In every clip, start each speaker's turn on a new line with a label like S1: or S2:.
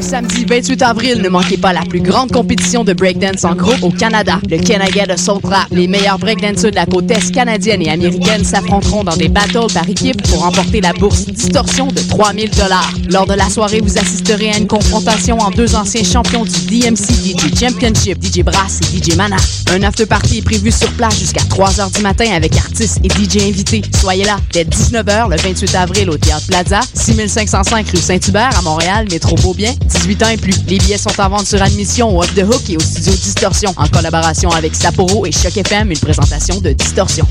S1: samedi 28 avril, ne manquez pas la plus grande compétition de breakdance en groupe au Canada, le Canada de Soul Clap. Les meilleurs breakdancers de la côte est canadienne et américaine s'affronteront dans des battles par équipe pour remporter la bourse Distorsion de 3000 dollars. Lors de la soirée, vous assisterez à une confrontation en deux anciens champions du DMC DJ Championship, DJ Brass et DJ Mana. Un after-party est prévu sur place jusqu'à 3 h du matin avec artistes et DJ invités. Soyez là dès 19h le 28 avril au Théâtre Plaza, 6505 rue Saint-Hubert à Montréal, métro Beaubien, 18 ans et plus. Les billets sont en vente sur admission au Off the Hook et au studio Distorsion en collaboration avec Sapporo et Choc FM, une présentation de Distorsion.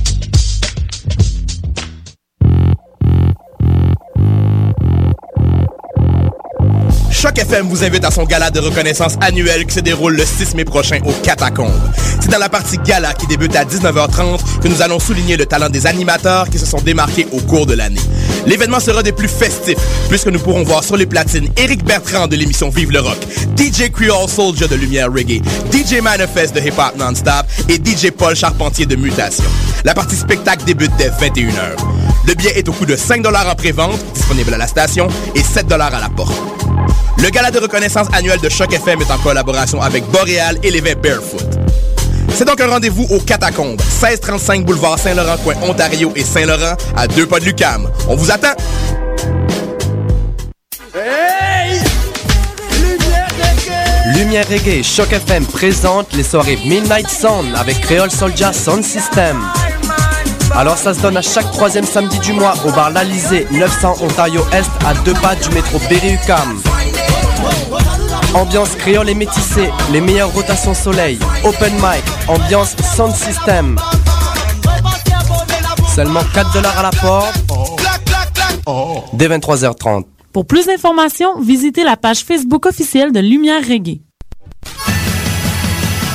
S2: Choc FM vous invite à son gala de reconnaissance annuel qui se déroule le 6 mai prochain au Catacombes. C'est dans la partie gala qui débute à 19h30 que nous allons souligner le talent des animateurs qui se sont démarqués au cours de l'année. L'événement sera des plus festifs puisque nous pourrons voir sur les platines Eric Bertrand de l'émission Vive le Rock, DJ Creole Soldier de Lumière Reggae, DJ Manifest de Hip Hop Non-Stop et DJ Paul Charpentier de Mutation. La partie spectacle débute dès 21h. Le billet est au coût de 5 en pré-vente, disponible à la station, et 7 à la porte. Le gala de reconnaissance annuel de Choc FM est en collaboration avec Boréal et l'évêque Barefoot. C'est donc un rendez-vous aux Catacombes, 1635 boulevard Saint-Laurent, coin Ontario et Saint-Laurent, à deux pas de Lucam. On vous attend!
S3: Lumière Reggae, Choc FM présente les soirées Midnight Sound avec Creole Soldier Sound System. Alors ça se donne à chaque troisième samedi du mois au bar L'Alizé, 900 Ontario Est, à deux pas du métro Berry-UQAM. Ambiance créole et métissée, les meilleures rotations soleil, open mic, ambiance sound system. Seulement 4 dollars à la porte dès 23h30.
S4: Pour plus d'informations, visitez la page Facebook officielle de Lumière Reggae.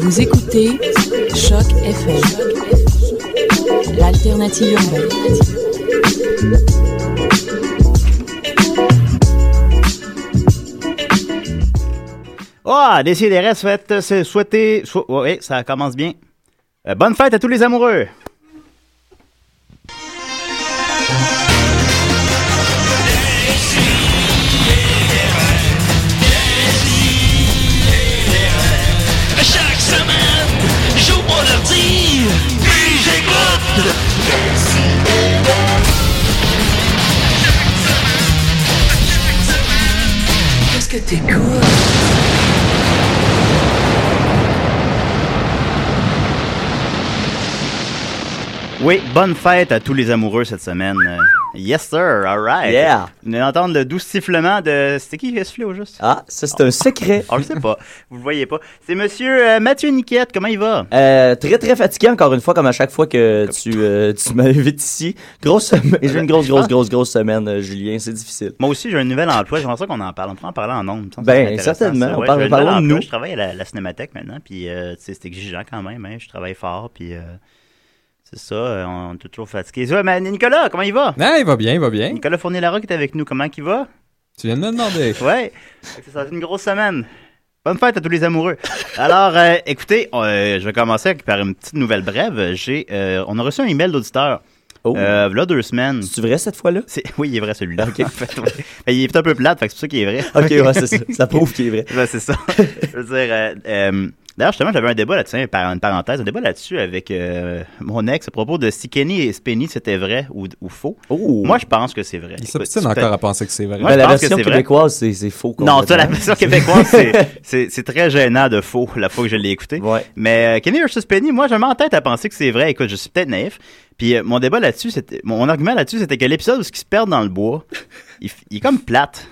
S5: Vous écoutez Choc FM, l'alternative urbaine.
S6: Ah, Décidérez, souhaite se souhaiter. sou- ouais, ça commence bien. Euh, bonne fête à tous les amoureux.
S7: Chaque semaine, j'ouvre mon ordi, puis j'écoute. Qu'est-ce que t'écoutes?
S6: Oui, bonne fête à tous les amoureux cette semaine. Euh, yes, sir, alright.
S8: Yeah.
S6: Vous venez d'entendre le doux sifflement de. C'était qui qui a sifflé au juste
S8: Ah, ça, c'est un secret.
S6: On le sait pas. Vous le voyez pas. C'est monsieur euh, Mathieu Niquette. Comment il va
S8: Euh, très très fatigué encore une fois comme à chaque fois que tu, euh, tu m'invites ici. Grosse semaine, j'ai une grosse
S6: Ah.
S8: grosse grosse grosse semaine euh, Julien, c'est difficile.
S6: Moi aussi, j'ai un nouvel emploi. J'aimerais ça qu'on en parle. On pourrait en parler en nombre. Ça me semble
S8: Ben,
S6: intéressant,
S8: certainement.
S6: ça.
S8: On
S6: Ouais,
S8: parle-
S6: j'ai un
S8: parlons de
S6: nouvel emploi.
S8: nous.
S6: Je travaille à la, la cinémathèque maintenant. Puis, euh, tu sais, c'est exigeant quand même. hein. Je travaille fort. Puis, euh, c'est ça. euh, on est toujours fatigué. Ouais, mais Nicolas, comment il va?
S9: Non, il va bien, il va bien.
S6: Nicolas Fournier-Larocque est avec nous. Comment il va?
S9: Tu viens de me demander.
S6: Ouais, c'est ça, c'est une grosse semaine. Bonne fête à tous les amoureux. Alors, euh, écoutez, euh, je vais commencer avec- par une petite nouvelle brève. J'ai, euh, on a reçu un email d'auditeur.
S8: Oh.
S6: Euh, là, deux semaines.
S8: C'est vrai cette fois-là
S6: C'est- Oui, il est vrai celui-là. En fait, ouais. Ben, il est un peu plate, fait que c'est pour ça qu'il est vrai.
S8: OK, ouais, c'est ça. Ça prouve qu'il est vrai.
S6: Ben, c'est ça. je veux dire, euh, euh, d'ailleurs, justement, j'avais un débat là-dessus, hein, par- une parenthèse, un débat là-dessus avec euh, mon ex à propos de si Kenny et Spenny c'était vrai ou, ou faux.
S8: Oh.
S6: Moi, je pense que c'est vrai.
S9: Il
S6: Écoute,
S9: s'obstine
S6: Ben, tu fais-
S9: encore à penser que c'est vrai.
S6: Moi, je
S8: Ben, la
S6: pense que
S8: version
S6: c'est vrai.
S8: québécoise, c'est c'est faux.
S6: Non, ça, la
S8: complètement.
S6: version québécoise, c'est- c'est c'est très gênant de faux la fois que je l'ai écouté.
S8: Ouais.
S6: Mais euh, Kenny versus Penny, moi, je m'entête à penser que c'est vrai. Écoute, je suis peut-être naïf. Puis euh, mon débat là-dessus, c'était mon, mon argument là-dessus, c'était que l'épisode où ils se perdent dans le bois, il, f- il est comme plate.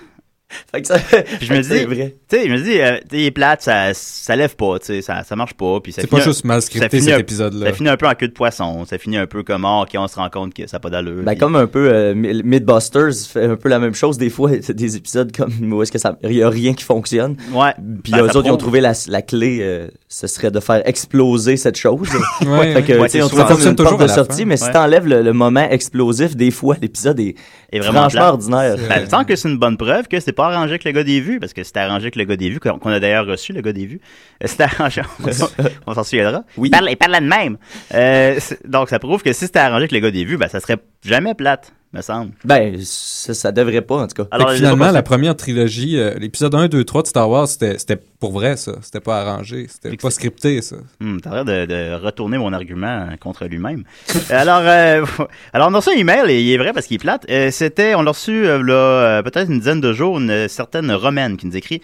S8: Fait que ça-
S6: Puis je me
S8: c'est
S6: dis,
S8: vrai.
S6: tu sais, je me dis, euh, tu sais, il est plate, ça, ça lève pas, tu sais, ça, ça marche pas. Puis ça
S9: C'est
S6: finit
S9: pas
S6: un-
S9: juste mal scripté,
S6: ça finit
S9: cet
S6: un-
S9: épisode-là.
S6: Ça finit un peu en queue de poisson, ça finit un peu comme, oh, ok, on se rend compte que ça n'a pas d'allure.
S8: Ben,
S6: Puis-
S8: comme un peu euh, Mi- Mythbusters fait un peu la même chose des fois, c'est des épisodes comme où est-ce que ça il y a rien qui fonctionne.
S6: Ouais.
S8: Puis
S6: Ça-
S8: eux
S6: ça
S8: autres ils ont
S6: prouve.
S8: trouvé la, la clé euh, ce serait de faire exploser cette chose.
S9: Ouais,
S8: fait que tu sais,
S6: ouais. Ouais,
S8: on
S6: c'est
S8: trouve
S6: souvent-
S8: comme
S9: fonctionne
S8: une porte
S9: toujours à
S8: de
S9: la
S8: sortie
S9: fin.
S8: mais si
S6: Ouais.
S8: t'enlèves le, le moment explosif des fois l'épisode est,
S6: Est vraiment
S8: franchement
S6: plate.
S8: ordinaire.
S9: C'est-
S6: Ben, il me semble que c'est une bonne preuve que c'est pas arrangé avec le gars des vues, parce que c'était arrangé avec le gars des vues, qu'on qu'on a d'ailleurs reçu, le gars des vues. Euh, C'était arrangé, on s'en- on s'en souviendra.
S8: Oui.
S6: Il parle, il parle de même. Euh, c'est- donc, ça prouve que si c'était arrangé avec le gars des vues, ben, ça serait jamais plate, me semble.
S8: Ben ça, ça devrait pas en tout cas.
S9: Fait que finalement, la première trilogie, euh, l'épisode 1, 2, 3 de Star Wars, c'était c'était pour vrai, ça. C'était pas arrangé. C'était
S6: Fait que
S9: pas
S6: c'est-
S9: scripté, ça.
S6: Hum, T'as l'air de, de retourner mon argument euh, contre lui-même. Euh, alors, euh, alors, on a reçu un email, et il est vrai parce qu'il est plate. Euh, C'était, on l'a reçu euh, là, euh, peut-être une dizaine de jours, une certaine romaine qui nous écrit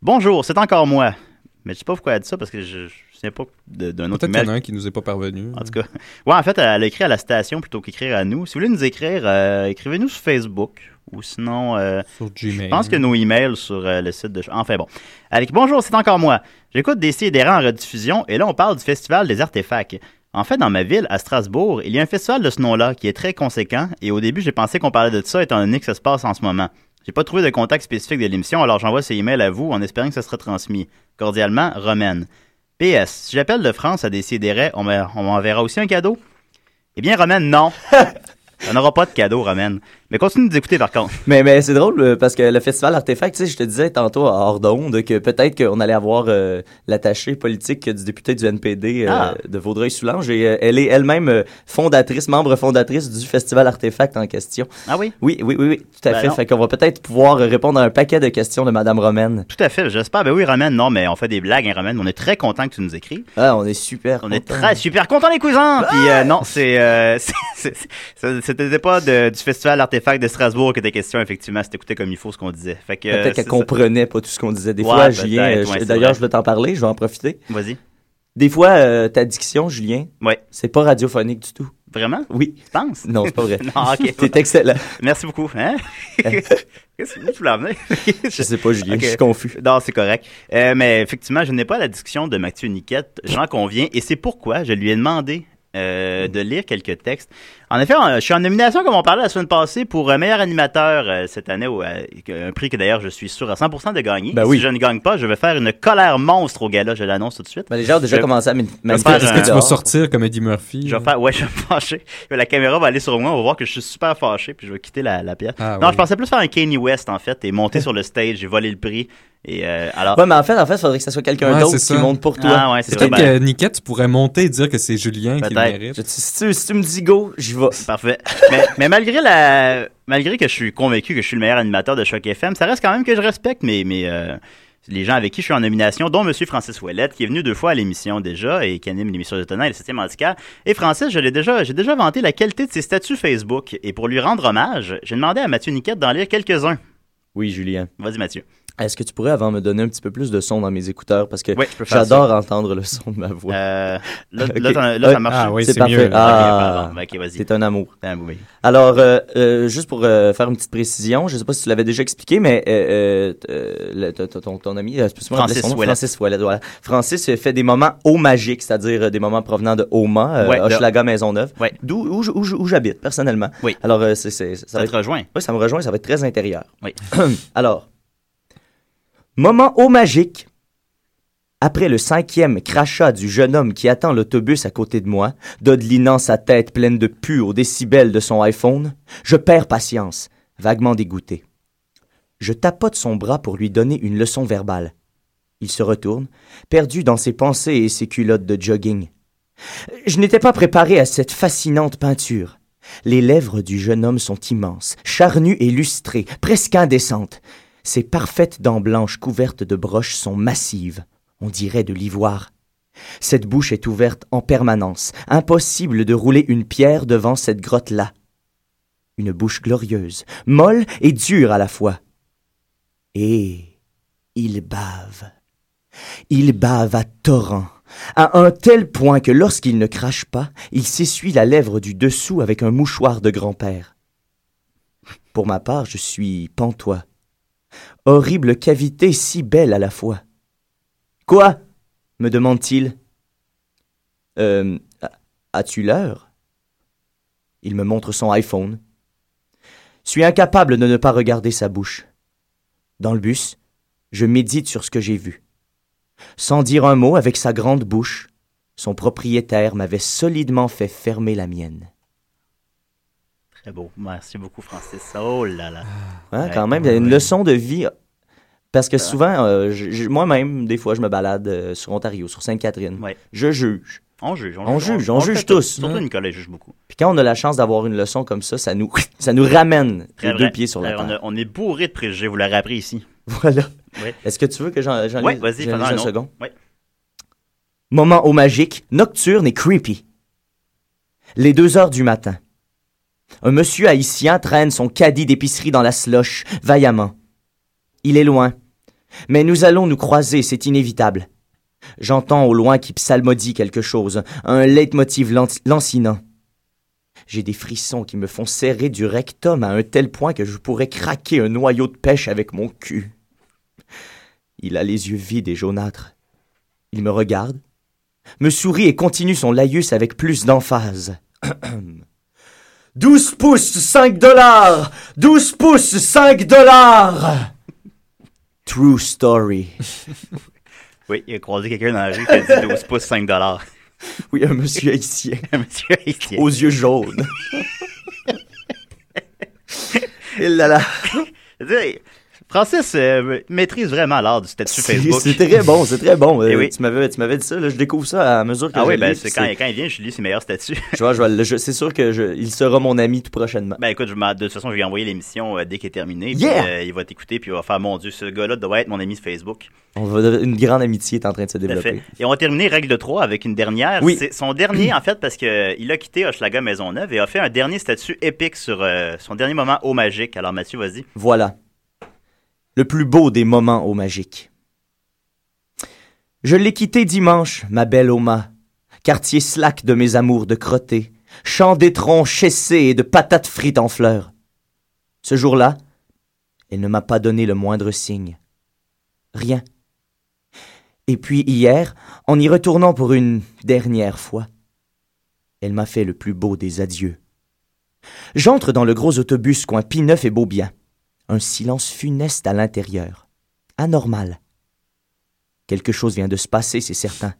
S6: Bonjour, c'est encore moi. Mais je sais pas pourquoi elle dit ça parce que je, je sais pas de- d'un autre
S9: Peut-être qu'il y
S6: email
S9: en a un qui nous est pas parvenu.
S6: En tout cas, ouais, en fait, elle a écrit à la station plutôt qu'écrire à nous. Si vous voulez nous écrire, euh, écrivez-nous sur Facebook ou sinon, euh,
S9: Sur
S6: je
S9: Gmail.
S6: pense que nos emails sur euh, le site de. Enfin bon. Alec, bonjour, c'est encore moi. J'écoute des et des en rediffusion et là, on parle du Festival des artefacts. En fait, dans ma ville, à Strasbourg, il y a un festival de ce nom-là qui est très conséquent et au début, j'ai pensé qu'on parlait de ça étant donné que ça se passe en ce moment. J'ai pas trouvé de contact spécifique de l'émission, alors j'envoie ces emails à vous en espérant que ça sera transmis. Cordialement, Romaine. PS, si j'appelle de France à Décideret, on m'a- on m'enverra aussi un cadeau? Eh bien, Romaine, non. on n'aura pas de cadeau, Romaine. Mais continue de nous écouter, par contre.
S8: Mais, mais c'est drôle euh, parce que le festival Artefact, tu sais, je te disais tantôt hors d'onde que peut-être qu'on allait avoir euh, l'attaché politique du député du NPD euh,
S6: Ah.
S8: de Vaudreuil-Soulanges et euh, elle est elle-même euh, fondatrice, membre fondatrice du festival Artefact en question.
S6: Ah oui?
S8: Oui, oui, oui, oui, tout à
S6: Ben
S8: fait.
S6: non.
S8: Fait qu'on va peut-être pouvoir répondre à un paquet de questions de Madame Romaine.
S6: Tout à fait, j'espère. Ben oui, Romaine, non, mais on fait des blagues, hein, Romaine. On est très content que tu nous écris.
S8: Ah, on est super.
S6: On est
S8: contents.
S6: très super contents, les cousins! Puis euh, non, c'est... euh, c'est- c'est- c'est- c'était pas de- du festival Artefact de Strasbourg que était question, effectivement. C'était écouté comme il faut ce qu'on disait. Fait que... euh,
S8: Peut-être
S6: c'est
S8: qu'elle comprenait pas tout ce qu'on disait. Des
S6: Ouais,
S8: fois, Julien,
S6: peut-être,
S8: euh, je-
S6: ouais, c'est
S8: d'ailleurs,
S6: vrai.
S8: je veux t'en parler, je vais en profiter.
S6: ça. Vas-y.
S8: Des fois, euh, ta diction, Julien,
S6: Ouais.
S8: c'est pas radiophonique du tout.
S6: Vraiment?
S8: Oui.
S6: Tu penses?
S8: Non, c'est pas vrai.
S6: Non, ok.
S8: T'es excellent.
S6: Merci beaucoup. Hein? Qu'est-ce que tu l'as amené?
S8: Je sais pas, Julien,
S6: Ok.
S8: je suis confus.
S6: Non, c'est correct. Euh, mais effectivement, je n'ai pas la discussion de Mathieu Niquette, j'en conviens, et c'est pourquoi je lui ai demandé euh, de lire quelques textes. En effet, on- je suis en nomination, comme on parlait la semaine passée, pour euh, meilleur animateur euh, cette année, au- euh, un prix que d'ailleurs je suis sûr à 100% de gagner.
S8: Ben oui.
S6: Si je ne gagne pas, je vais faire une colère monstre au gala, je l'annonce tout de suite.
S8: Ben, les gens ont déjà
S6: Je- euh,
S8: commencé à
S9: Est-ce que,
S6: faire
S8: manifester.
S9: est-ce que tu vas
S8: dehors.
S9: sortir comme Eddie Murphy?
S6: Ah,
S10: Mm.
S6: Je vais faire, ouais, je vais me fâcher. La caméra va aller sur moi, on va voir que je suis super fâché, puis je vais quitter la, la pièce.
S9: Ah,
S6: non,
S9: oui.
S6: je pensais plus faire un Kanye West, en fait, et monter sur le stage et voler le prix. Et euh, alors,
S8: Ouais, mais en fait, en fait, faudrait que ça soit quelqu'un
S9: Ouais,
S8: d'autre
S9: c'est
S8: qui
S9: ça.
S8: monte pour toi.
S6: ah ouais, c'est vrai.
S9: Peut-être
S6: ben,
S9: que Niquette, tu pourrais monter et dire que c'est Julien qui le
S6: Peut-être.
S9: mérite.
S8: Je- si, tu, si tu me dis go, j'y vais.
S6: Parfait. Mais, mais malgré la, malgré que je suis convaincu que je suis le meilleur animateur de Choc FM, ça reste quand même que je respecte mes, mes, euh, les gens avec qui je suis en nomination, dont Monsieur Francis Ouellette, qui est venu deux fois à l'émission déjà et qui anime l'émission de Tonnerre et le 7e handicap. Et Francis, je l'ai déjà, j'ai déjà vanté la qualité de ses statuts Facebook. Et pour lui rendre hommage, j'ai demandé à Mathieu Niquette d'en lire quelques-uns.
S8: Oui, Julien.
S6: Vas-y, Mathieu.
S8: Est-ce que tu pourrais avant me donner un petit peu plus de son dans mes écouteurs parce que
S6: Oui, je peux faire
S8: j'adore entendre le son de ma
S6: ça.
S8: voix.
S6: Euh, là,
S8: Ok.
S6: là, t'en- là, ça
S8: Ah,
S6: marche.
S9: oui,
S8: c'est
S9: c'est
S8: parfait.
S9: mieux.
S6: Ok,
S8: Ah,
S6: pardon. Ok, vas-y.
S8: t'es un amour.
S6: Ah, oui.
S8: Alors, euh, euh, juste pour euh, faire une petite précision, je sais pas si tu l'avais déjà expliqué, mais euh, euh, euh, le- ton- ton, ton ami, euh, excuse-moi,
S6: Francis
S8: son nom,
S6: Ouellet.
S8: Francis Ouellet, voilà. Francis euh, fait des moments eau magiques, c'est-à-dire euh, des moments provenant de Oma, euh,
S6: Ouais, de-
S8: Hochelaga, Maisonneuve,
S6: Ouais.
S8: d'où où, je- où je- où j'habite personnellement.
S6: Oui.
S8: Alors, euh, c'est, c'est- ça va
S6: Ça
S8: être
S6: te rejoint.
S8: Oui, ça me rejoint, ça va être très intérieur.
S6: Oui.
S8: Alors, moment au magique. Après le cinquième crachat du jeune homme qui attend l'autobus à côté de moi, dodelinant sa tête pleine de pu aux décibels de son iPhone, je perds patience, vaguement dégoûté. Je tapote son bras pour lui donner une leçon verbale. Il se retourne, perdu dans ses pensées et ses culottes de jogging. Je n'étais pas préparé à cette fascinante peinture. Les lèvres du jeune homme sont immenses, charnues et lustrées, presque indécentes. Ses parfaites dents blanches couvertes de broches sont massives, on dirait de l'ivoire. Cette bouche est ouverte en permanence, impossible de rouler une pierre devant cette grotte-là. Une bouche glorieuse, molle et dure à la fois. Et il bave. Il bave à torrent, à un tel point que lorsqu'il ne crache pas, il s'essuie la lèvre du dessous avec un mouchoir de grand-père. Pour ma part, je suis pantois. Horrible cavité si belle à la fois. Quoi me demande-t-il. Euh, a- as-tu l'heure Il me montre son iPhone. Suis incapable de ne pas regarder sa bouche. Dans le bus, je médite sur ce que j'ai vu. Sans dire un mot avec sa grande bouche, son propriétaire m'avait solidement fait fermer la mienne.
S6: Très beau. Merci beaucoup, Francis. Oh là là.
S8: Hein,
S6: Ouais, Ah.
S8: quand même, il y a une leçon de vie. Parce que souvent, euh, je- je- moi-même, des fois, je me balade euh, sur Ontario, sur Sainte-Catherine. Je juge.
S6: On juge.
S8: On juge, on
S6: le
S8: juge
S6: fait
S8: tous. Mmh.
S6: Surtout Nicolas, il juge beaucoup.
S8: Puis quand on a la chance d'avoir une leçon comme ça, ça nous, ça nous ramène
S6: Très
S8: les
S6: vrai.
S8: deux pieds sur la
S6: Très, on,
S8: terre.
S6: a- on est bourré de préjugés, vous l'aurez appris ici.
S8: Voilà.
S6: Oui.
S8: Est-ce que tu veux que j'en j'en
S6: Oui,
S8: lise-
S6: vas-y,
S8: j'en lise
S6: pendant un
S8: un
S6: autre.
S8: second?
S6: Oui.
S8: Moment au magique, nocturne et creepy. Les deux heures du matin. Un monsieur haïtien traîne son caddie d'épicerie dans la sloche, vaillamment. Il est loin. Mais nous allons nous croiser, c'est inévitable. J'entends au loin qui psalmodie quelque chose, un leitmotiv lan- lancinant. J'ai des frissons qui me font serrer du rectum à un tel point que je pourrais craquer un noyau de pêche avec mon cul. Il a les yeux vides et jaunâtres. Il me regarde, me sourit et continue son laïus avec plus d'emphase. 12 pouces, 5 dollars 12 pouces, 5 dollars True story.
S6: Oui, il a croisé quelqu'un dans la rue qui a dit 12 pouces 5 dollars.
S8: Oui, un monsieur haïtien.
S6: un monsieur haïtien.
S8: Aux yeux jaunes. Et là là.
S6: Je veux dire, Francis euh, maîtrise vraiment l'art du statut Facebook.
S8: C'est très bon, c'est très bon.
S6: Eh
S8: Euh,
S6: oui.
S8: Tu m'avais tu m'avais dit ça, là, je découvre ça à mesure que
S6: Ah
S8: je
S6: oui,
S8: lis,
S6: ben
S8: puis
S6: c'est
S8: c'est-
S6: quand, quand il vient, je lis ses meilleurs statuts.
S8: Je vois, je vois le- je- c'est sûr que je- il sera mon ami tout prochainement.
S6: Ben écoute, je m'en- de toute façon, je vais lui envoyer l'émission euh, dès qu'elle est terminée. puis,
S8: Yeah!
S6: euh, il va t'écouter, puis il va faire Mon Dieu, ce gars-là devrait être mon ami de Facebook.
S8: On va- une grande amitié est en train de se
S6: Tout à
S8: développer.
S6: fait. Et on va terminer règle de 3 avec une dernière.
S8: Oui.
S6: C'est son dernier, en fait, parce qu'il a quitté Hochelaga Maisonneuve et a fait un dernier statut épique sur euh, son dernier moment au magique. Alors Mathieu, vas-y.
S8: Voilà. Le plus beau des moments au magique. Je l'ai quitté dimanche, ma belle Oma, quartier slack de mes amours de crotté, champ d'étrons chassés et de patates frites en fleurs. Ce jour-là, elle ne m'a pas donné le moindre signe. Rien. Et puis hier, en y retournant pour une dernière fois, elle m'a fait le plus beau des adieux. J'entre dans le gros autobus coin Pineuf et Beaubien. Un silence funeste à l'intérieur. Anormal. Quelque chose vient de se passer, c'est certain.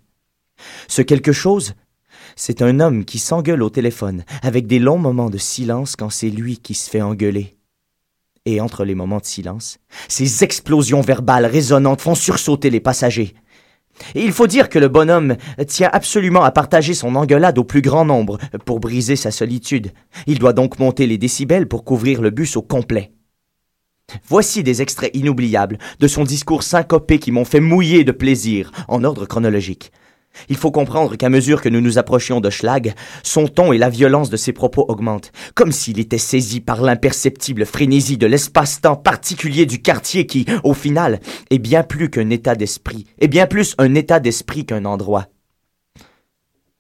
S8: Ce quelque chose, c'est un homme qui s'engueule au téléphone, avec des longs moments de silence quand c'est lui qui se fait engueuler. Et entre les moments de silence, ces explosions verbales résonnantes font sursauter les passagers. Et il faut dire que le bonhomme tient absolument à partager son engueulade au plus grand nombre pour briser sa solitude. Il doit donc monter les décibels pour couvrir le bus au complet. Voici des extraits inoubliables de son discours syncopé qui m'ont fait mouiller de plaisir, en ordre chronologique. Il faut comprendre qu'à mesure que nous nous approchions de Schlag, son ton et la violence de ses propos augmentent, comme s'il était saisi par l'imperceptible frénésie de l'espace-temps particulier du quartier qui, au final, est bien plus qu'un état d'esprit, est bien plus un état d'esprit qu'un endroit.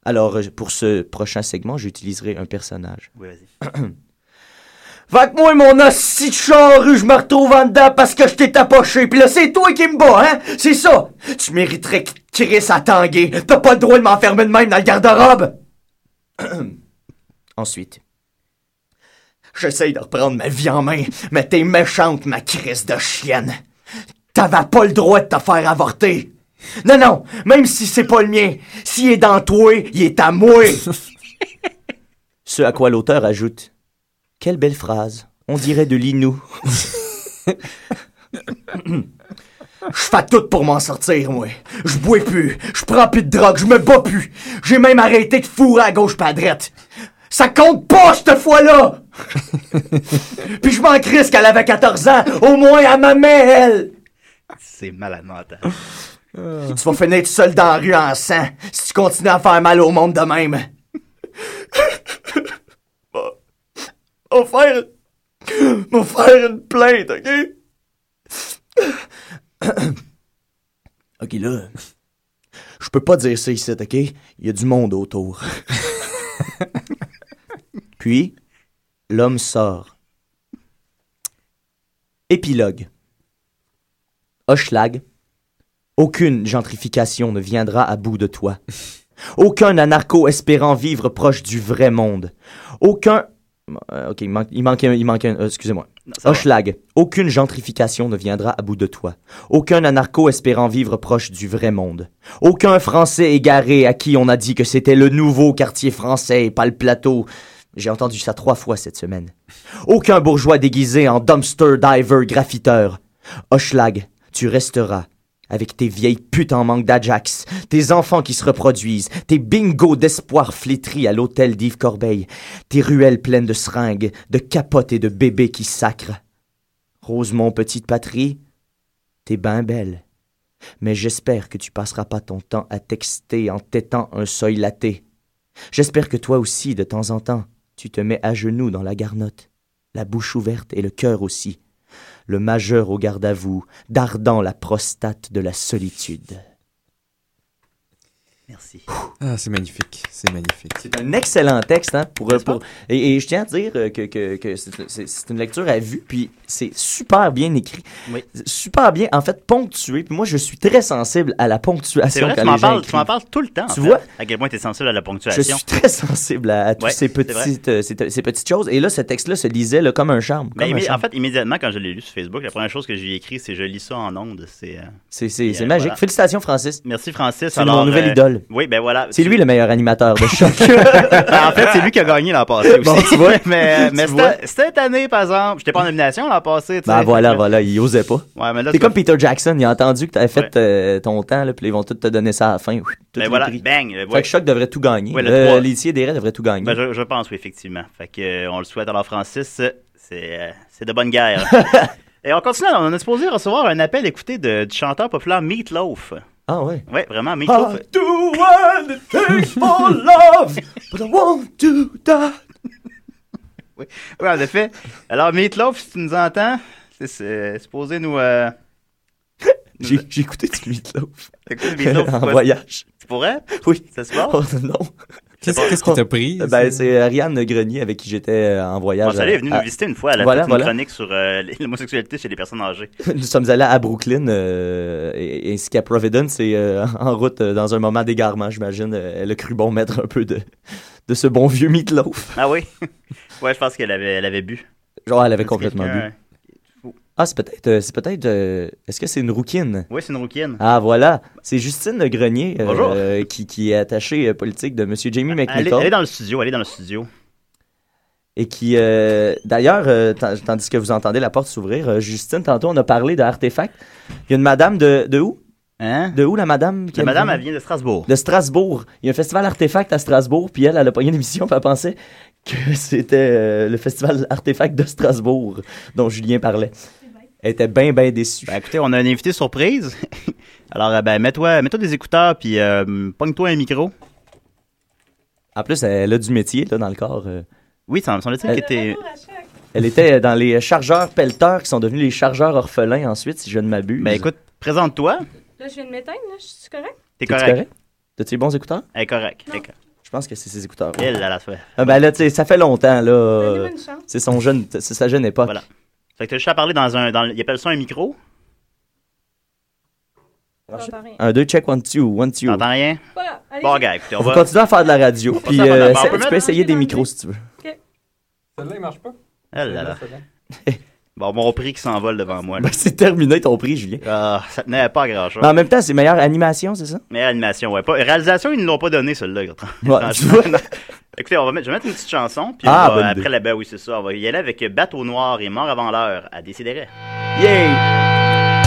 S8: Alors, euh, pour ce prochain segment, j'utiliserai un personnage.
S6: Oui, vas-y.
S8: Va que moi, mon assis de char, je me retrouve en dedans parce que je t'ai tapoché. Puis là, c'est toi qui me bats, hein? C'est ça! Tu mériterais que Chris à tanguer. T'as pas le droit de m'enfermer de même dans le garde-robe! Ensuite. J'essaye de reprendre ma vie en main, mais t'es méchante, ma crise de chienne. T'avais pas le droit de te faire avorter. Non, non, même si c'est pas le mien, s'il est dans toi, il est à moi. Ce à quoi l'auteur ajoute Quelle belle phrase. On dirait de l'inou. Je fais tout pour m'en sortir, moi. Je bois plus, je prends plus de drogue, je me bats plus. J'ai même arrêté de fourrer à gauche pas à droite. Ça compte pas, cette fois-là! Puis je m'en crisse qu'elle avait 14 ans, au moins à ma mère, elle!
S6: C'est malade hein. mental.
S8: Tu vas finir tout seul dans la rue en sang si tu continues à faire mal au monde de même. Mon frère. Mon frère, une plainte, OK? OK, là. Je peux pas dire ça ici, OK? Il y a du monde autour. Puis, l'homme sort. Épilogue. Hochelag. Aucune gentrification ne viendra à bout de toi. Aucun anarcho espérant vivre proche du vrai monde. Aucun. Euh, ok, il manque, il manque un. il manque un- euh, Excusez-moi. Hochelag. Aucune gentrification ne viendra à bout de toi. Aucun anarcho espérant vivre proche du vrai monde. Aucun Français égaré à qui on a dit que c'était le nouveau quartier français et pas le plateau. J'ai entendu ça trois fois cette semaine. Aucun bourgeois déguisé en dumpster diver graffiteur. Hochelag, tu resteras avec tes vieilles putes en manque d'Ajax, tes enfants qui se reproduisent, tes bingos d'espoir flétris à l'hôtel d'Yves Corbeil, tes ruelles pleines de seringues, de capotes et de bébés qui sacrent. Rosemont, petite patrie, t'es ben belle. Mais j'espère que tu passeras pas ton temps à texter en têtant un seuil laté. J'espère que toi aussi, de temps en temps, tu te mets à genoux dans la garnotte, la bouche ouverte et le cœur aussi, le majeur au garde à vous, dardant la prostate de la solitude.
S6: Merci.
S9: Ah, c'est magnifique, c'est magnifique.
S8: C'est un excellent texte, hein, pour, pour- et, et je tiens à dire euh, que, que- que c'est- c'est c'est une lecture à vue, puis c'est super bien écrit,
S6: Oui.
S8: super bien, en fait, ponctué, puis moi, je suis très sensible à la
S6: C'est
S8: ponctuation
S6: vrai, tu
S8: quand les
S6: m'en
S8: gens
S6: parles, tu
S8: écrivent.
S6: m'en parles tout le temps. en
S8: Tu
S6: fait,
S8: vois?
S6: À quel point tu es sensible à la
S8: Je
S6: ponctuation.
S8: suis très sensible à, à toutes
S6: Ouais,
S8: ces,
S6: c'est vrai.
S8: petites, euh, ces, ces petites choses, et là, ce texte-là se lisait là, comme un charme.
S6: Mais
S8: comme un
S6: immé-
S8: charme.
S6: en fait, immédiatement, quand je l'ai lu sur Facebook, la première chose que j'ai écrit, c'est je lis ça en ondes. C'est euh,
S8: C'est- C'est c'est
S6: euh,
S8: magique.
S6: voilà.
S8: Félicitations, Francis.
S6: Merci Francis.
S8: C'est mon nouvel idole.
S6: Oui, ben voilà.
S8: C'est
S6: Tu-
S8: lui le meilleur animateur de choc.
S6: en fait, c'est lui qui a gagné l'an passé aussi.
S8: Bon, tu vois.
S6: mais mais
S8: Tu vois.
S6: c'était- cette année, par exemple, j'étais pas en nomination l'an passé. tu sais.
S8: ben voilà,
S6: Fait que-
S8: voilà, il osait pas.
S6: Ouais, mais Ben là,
S8: T'es
S6: tu
S8: comme
S6: vois-
S8: Peter Jackson, il a entendu que t'avais fait euh, ton temps, là, puis ils vont tous te donner ça à la fin. Ouf, tous
S6: Ben
S8: les
S6: voilà,
S8: prix.
S6: bang. euh,
S8: Fait
S6: ouais.
S8: que Choc devrait tout gagner.
S6: Ouais, le
S8: Euh,
S6: trois.
S8: Laitier Desraies devrait tout gagner.
S6: Ben, je, je pense, oui, effectivement. Fait que, euh, on le souhaite. Alors, Francis, euh, c'est euh, c'est de bonne guerre. Et on continue. On est supposé recevoir un appel écouté de- du chanteur populaire Meatloaf.
S8: Ah ouais.
S6: Ouais, vraiment, Meatloaf.
S8: I do anything for love, but I want to die.
S6: Oui, en effet. Alors, Meatloaf, si tu nous entends, c'est- c'est supposé nous. Euh,
S8: J'ai j'ai écouté du Meatloaf
S6: écouter Meatloaf,
S8: en
S6: quoi.
S8: voyage.
S6: Tu pourrais?
S8: Oui.
S6: Ça se passe?
S8: Oh non.
S9: Qu'est-ce qu'est-ce qui t'a pris?
S8: Ben, c'est Ariane Grenier avec qui j'étais euh, en
S6: Bon,
S8: voyage.
S6: ça est venu
S8: à-
S6: nous visiter une fois. Elle a
S8: Voilà,
S6: fait une
S8: voilà.
S6: chronique sur euh, l'homosexualité chez les personnes âgées.
S8: Nous sommes allés à Brooklyn, euh, et- ainsi qu'à Providence, et euh, en route, euh, dans un moment d'égarement, j'imagine, euh, elle a cru bon mettre un peu de, de ce bon vieux meatloaf.
S6: Ah oui? ouais, je pense qu'elle avait, elle avait bu.
S8: Genre, elle avait complètement bu.
S6: Quelqu'un-
S8: Ah, c'est peut-être, euh, c'est peut-être, euh, est-ce que c'est une rouquine?
S6: Oui, c'est une rouquine.
S8: Ah, voilà, c'est Justine Le Grenier, euh,
S6: Bonjour.
S8: euh, qui, qui est attachée euh, politique de M. Jamie
S6: Elle est,
S8: McNichol,
S6: elle est dans le studio, elle est dans le studio.
S8: et qui, euh, d'ailleurs, euh, tan- tandis que vous entendez la porte s'ouvrir, euh, Justine, tantôt, on a parlé de Artefact. Il y a une madame de, de où?
S6: Hein?
S8: De où, la madame? qui
S6: La
S8: a-
S6: madame, elle vient de Strasbourg.
S8: de Strasbourg. Il y a un festival artefact à Strasbourg, puis elle, elle a pogné une émission, puis elle pensait que c'était euh, le festival artefact de Strasbourg dont Julien parlait. Elle était bien, bien déçue.
S6: Ben, écoutez, on a un invité surprise. Alors, euh, ben, mets-toi mets des écouteurs, puis euh, pogne-toi un micro.
S8: En plus, elle a du métier là, dans le corps. euh.
S6: Oui, ça me semble-t-il que t'es...
S8: Elle était dans les chargeurs pelleteurs qui sont devenus les chargeurs orphelins ensuite, si je ne m'abuse.
S6: Ben, écoute, présente-toi.
S11: Là, je viens de m'éteindre, là. Je suis correct?
S6: T'es
S8: T'es-tu
S6: correct.
S8: T'as-tu les bons écouteurs?
S6: Elle est correcte. Elle est correcte.
S8: Je pense que c'est ses écouteurs. ouais.
S6: Elle, elle a la soif.
S8: Ah, ben là, tu sais, ça fait longtemps, là. euh,
S11: une chance.
S8: C'est son jeune, c'est sa jeune époque.
S6: Voilà. Fait que t'as juste à parler dans un... Dans, le- ils appellent ça un micro.
S11: J'entends rien.
S8: Un, deux, check, one, two, one, two.
S6: T'entends rien?
S11: Voilà, allez.
S6: Bon, gars, écoutez, on
S8: On va
S6: va...
S8: continuer à faire de la radio, puis
S6: faire de la-
S8: euh,
S6: on peut
S8: essaie- tu
S6: mettre-
S8: peux essayer des micros si tu veux.
S9: Celle-là, il marche pas.
S6: Elle, Ah là, là. Bon, mon prix qui s'envole devant moi. là.
S8: Ben, c'est terminé ton prix, Julien.
S6: Ah, ça tenait à pas à grand-chose.
S8: Mais en même temps, c'est meilleure animation, c'est ça?
S6: Mais animation, ouais. Pas... Réalisation, ils ne l'ont pas donné, celle-là.
S8: Ouais, Bah, tu
S6: Franchement,
S8: vois.
S6: non. Écoutez, on va mettre, je vais mettre une petite chanson, puis on
S8: Ah,
S6: va-
S8: bonne idée.
S6: après, là, ben oui, c'est ça. On va y aller avec Bateau Noir et Mort avant l'heure à Décideret.
S8: Yeah!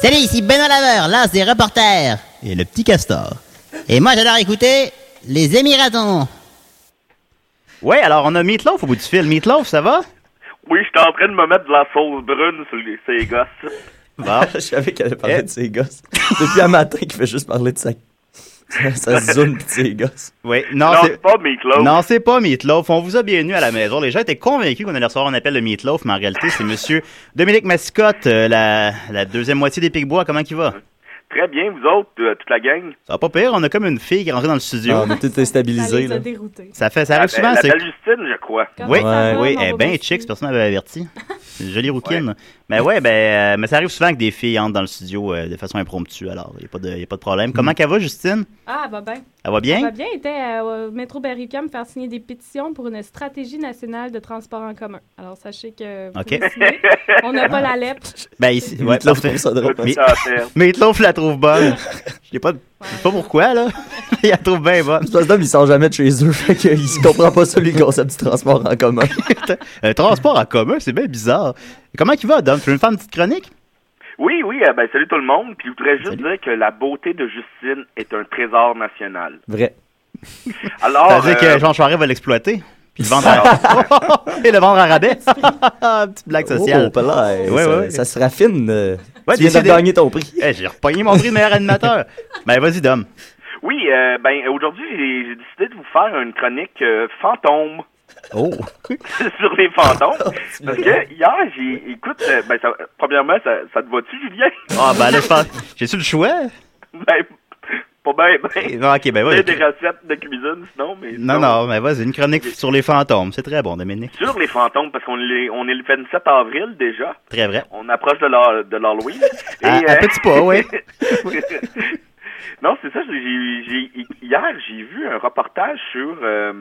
S12: Salut, ici Benoît Laveur, l'as des reporters. Et le petit castor. Et moi, j'adore écouter les Émiratons.
S6: Ouais, alors on a Meatloaf au bout du fil. Meatloaf, ça va?
S13: Oui, j'étais en train de me mettre de la sauce brune sur les, ces gosses.
S8: Je savais qu'elle allait
S6: Eh.
S8: parler de ses gosses. Depuis un matin, qu'il fait juste parler de sa, sa zone pis de ses gosses.
S6: Oui, non,
S8: Non,
S6: c'est
S8: c'est pas Meatloaf.
S6: Non, c'est pas Meatloaf. On vous a bienvenu à la maison. Les gens étaient convaincus qu'on allait recevoir un appel de Meatloaf, mais en réalité, c'est monsieur Dominique Mascotte, euh, la, la deuxième moitié des Picbois. Comment il va?
S13: Très bien, vous autres, euh, toute la gang.
S6: Ça va pas pire. On a comme une fille qui est rentrée dans le studio.
S8: Ah, on est tout instabilisé, là.
S6: Ça fait, ça
S13: La
S6: arrive
S13: be-
S6: souvent.
S13: La
S6: c'est-
S13: belle Justine, je crois.
S6: Oui, oui, elle est bien chic, personne m'avait averti. Une Jolie rouquine. Mais ouais, ben, euh, mais ça arrive souvent que des filles entrent dans le studio euh, de façon impromptue, alors il n'y a, pas de- y a pas de problème.
S8: Hmm.
S6: Comment qu'elle va, Justine?
S11: Ah, bah ben.
S6: Elle va bien?
S11: Elle va bien. Elle était à- au métro Berrycam faire signer des pétitions pour une stratégie nationale de transport en commun. Alors, sachez que. vous
S6: Ok.
S11: pouvez signer. On n'a pas la lèpre.
S6: Ben, ici, ouais,
S8: Meatloaf
S6: parfait.
S8: trouve ça drôle.
S6: Mais-
S8: Ça, c'est-
S6: Meatloaf la trouve bonne. Je sais pas, je sais pas pourquoi, là. il la trouve bien bonne.
S8: C'est parce que d'homme, il sort jamais de chez eux, fait qu'il se comprend pas ça, lui, le concept du transport en commun.
S6: Un transport en commun, c'est bien bizarre. Comment il va, Dom? Tu veux me faire une petite chronique?
S13: Oui, oui, euh, ben, salut tout le monde. Puis je voudrais juste dire que la beauté de Justine est un trésor national.
S8: Vrai.
S13: Alors,
S8: Ah,
S6: Ça veut dire
S13: euh,
S6: que Jean Charest va l'exploiter. Puis le vendre à... Et le vendre à rabais. Petite blague sociale.
S8: Oh, pas là,
S6: Ouais,
S8: eh,
S6: ouais,
S8: ça,
S6: ouais.
S8: ça se raffine. euh.
S6: Ouais,
S8: tu viens de
S6: décidé.
S8: gagner ton prix.
S6: Eh, j'ai repogné mon prix de meilleur animateur. Ben, vas-y, Dom.
S13: oui, euh, ben, aujourd'hui, j'ai- j'ai décidé de vous faire une chronique euh, fantôme.
S6: Oh.
S13: sur les fantômes. Parce que hier, j'ai. Écoute, euh, ben, ça- premièrement, ça, ça te va-tu, Julien?
S6: Ah, ben là, je pense. J'ai-tu le choix?
S13: Ben, pas bien, ben.
S6: Non, ok, ben, ouais.
S13: J'ai des recettes de cuisine, sinon, mais.
S6: Non, non, mais vas-y, une chronique sur les fantômes. C'est très bon, Dominique.
S13: Sur les fantômes, parce qu'on est, on est le 27 avril déjà.
S6: Très vrai.
S13: On approche de l'Hall- de l'Halloween. Et,
S6: À- à
S13: euh,
S6: petits pas, ouais.
S13: non, c'est ça. j'ai- j'ai- j'ai- hier, j'ai vu un reportage sur euh,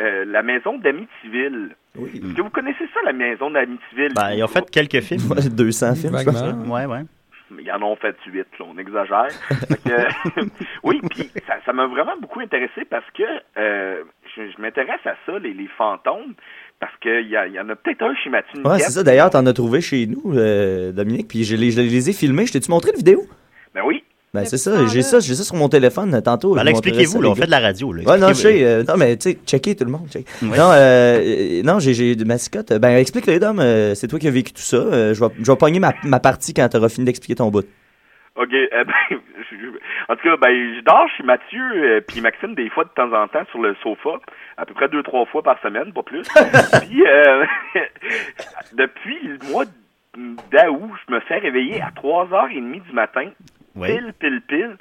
S13: euh, la maison d'Amityville. Est-ce que vous connaissez ça, la maison d'Amityville?
S6: Ben, ils ont fait quelques films.
S8: 200 films, je pense.
S6: Ouais, ouais.
S13: Mais ils en ont fait huit, là, on exagère. Fait que, oui, puis ça ça m'a vraiment beaucoup intéressé parce que euh, je, je m'intéresse à ça, les, les fantômes, parce qu'il y, a- il y en a peut-être un chez Mathieu
S8: Ouais,
S13: Niquette.
S8: c'est ça. D'ailleurs, t'en as trouvé chez nous, euh, Dominique, puis je les, je les ai filmés. Je t'ai-tu montré la vidéo?
S13: Ben oui.
S8: Ben, c'est ça. J'ai ça, j'ai ça sur mon téléphone euh, tantôt.
S6: Ben,
S8: je
S6: là,
S8: montrerai
S6: expliquez-vous,
S8: ça,
S6: là,
S8: les
S6: on
S8: gars.
S6: fait de la radio, là.
S8: Ouais, non, je
S6: Expliquez-vous.
S8: sais. euh, non, mais tu sais, checker tout le monde. check.
S6: Ouais.
S8: Non, euh, euh, non j'ai- j'ai de mascotte. Ben, explique-le, Dom. euh, c'est toi qui as vécu tout ça. Euh, je vais je vais pogner ma, ma partie quand t'auras fini d'expliquer ton bout.
S13: OK. euh, ben, je- je- en tout cas, ben, je dors chez Mathieu euh, puis Maxime des fois de temps en temps sur le sofa, à peu près deux trois fois par semaine, pas plus. puis euh, depuis le mois d'août, je me fais réveiller à 3h30 du matin,
S6: Ouais.
S13: pile pile pile.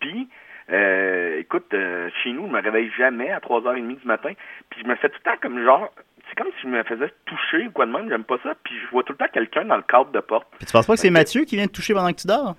S13: Puis euh, écoute, euh, chez nous, je me réveille jamais à 3h30 du matin, puis je me fais tout le temps comme genre c'est comme si je me faisais toucher ou quoi de même, j'aime pas ça, puis je vois tout le temps quelqu'un dans le cadre de porte.
S6: Puis tu penses pas que c'est Mathieu qui vient te toucher pendant que tu dors?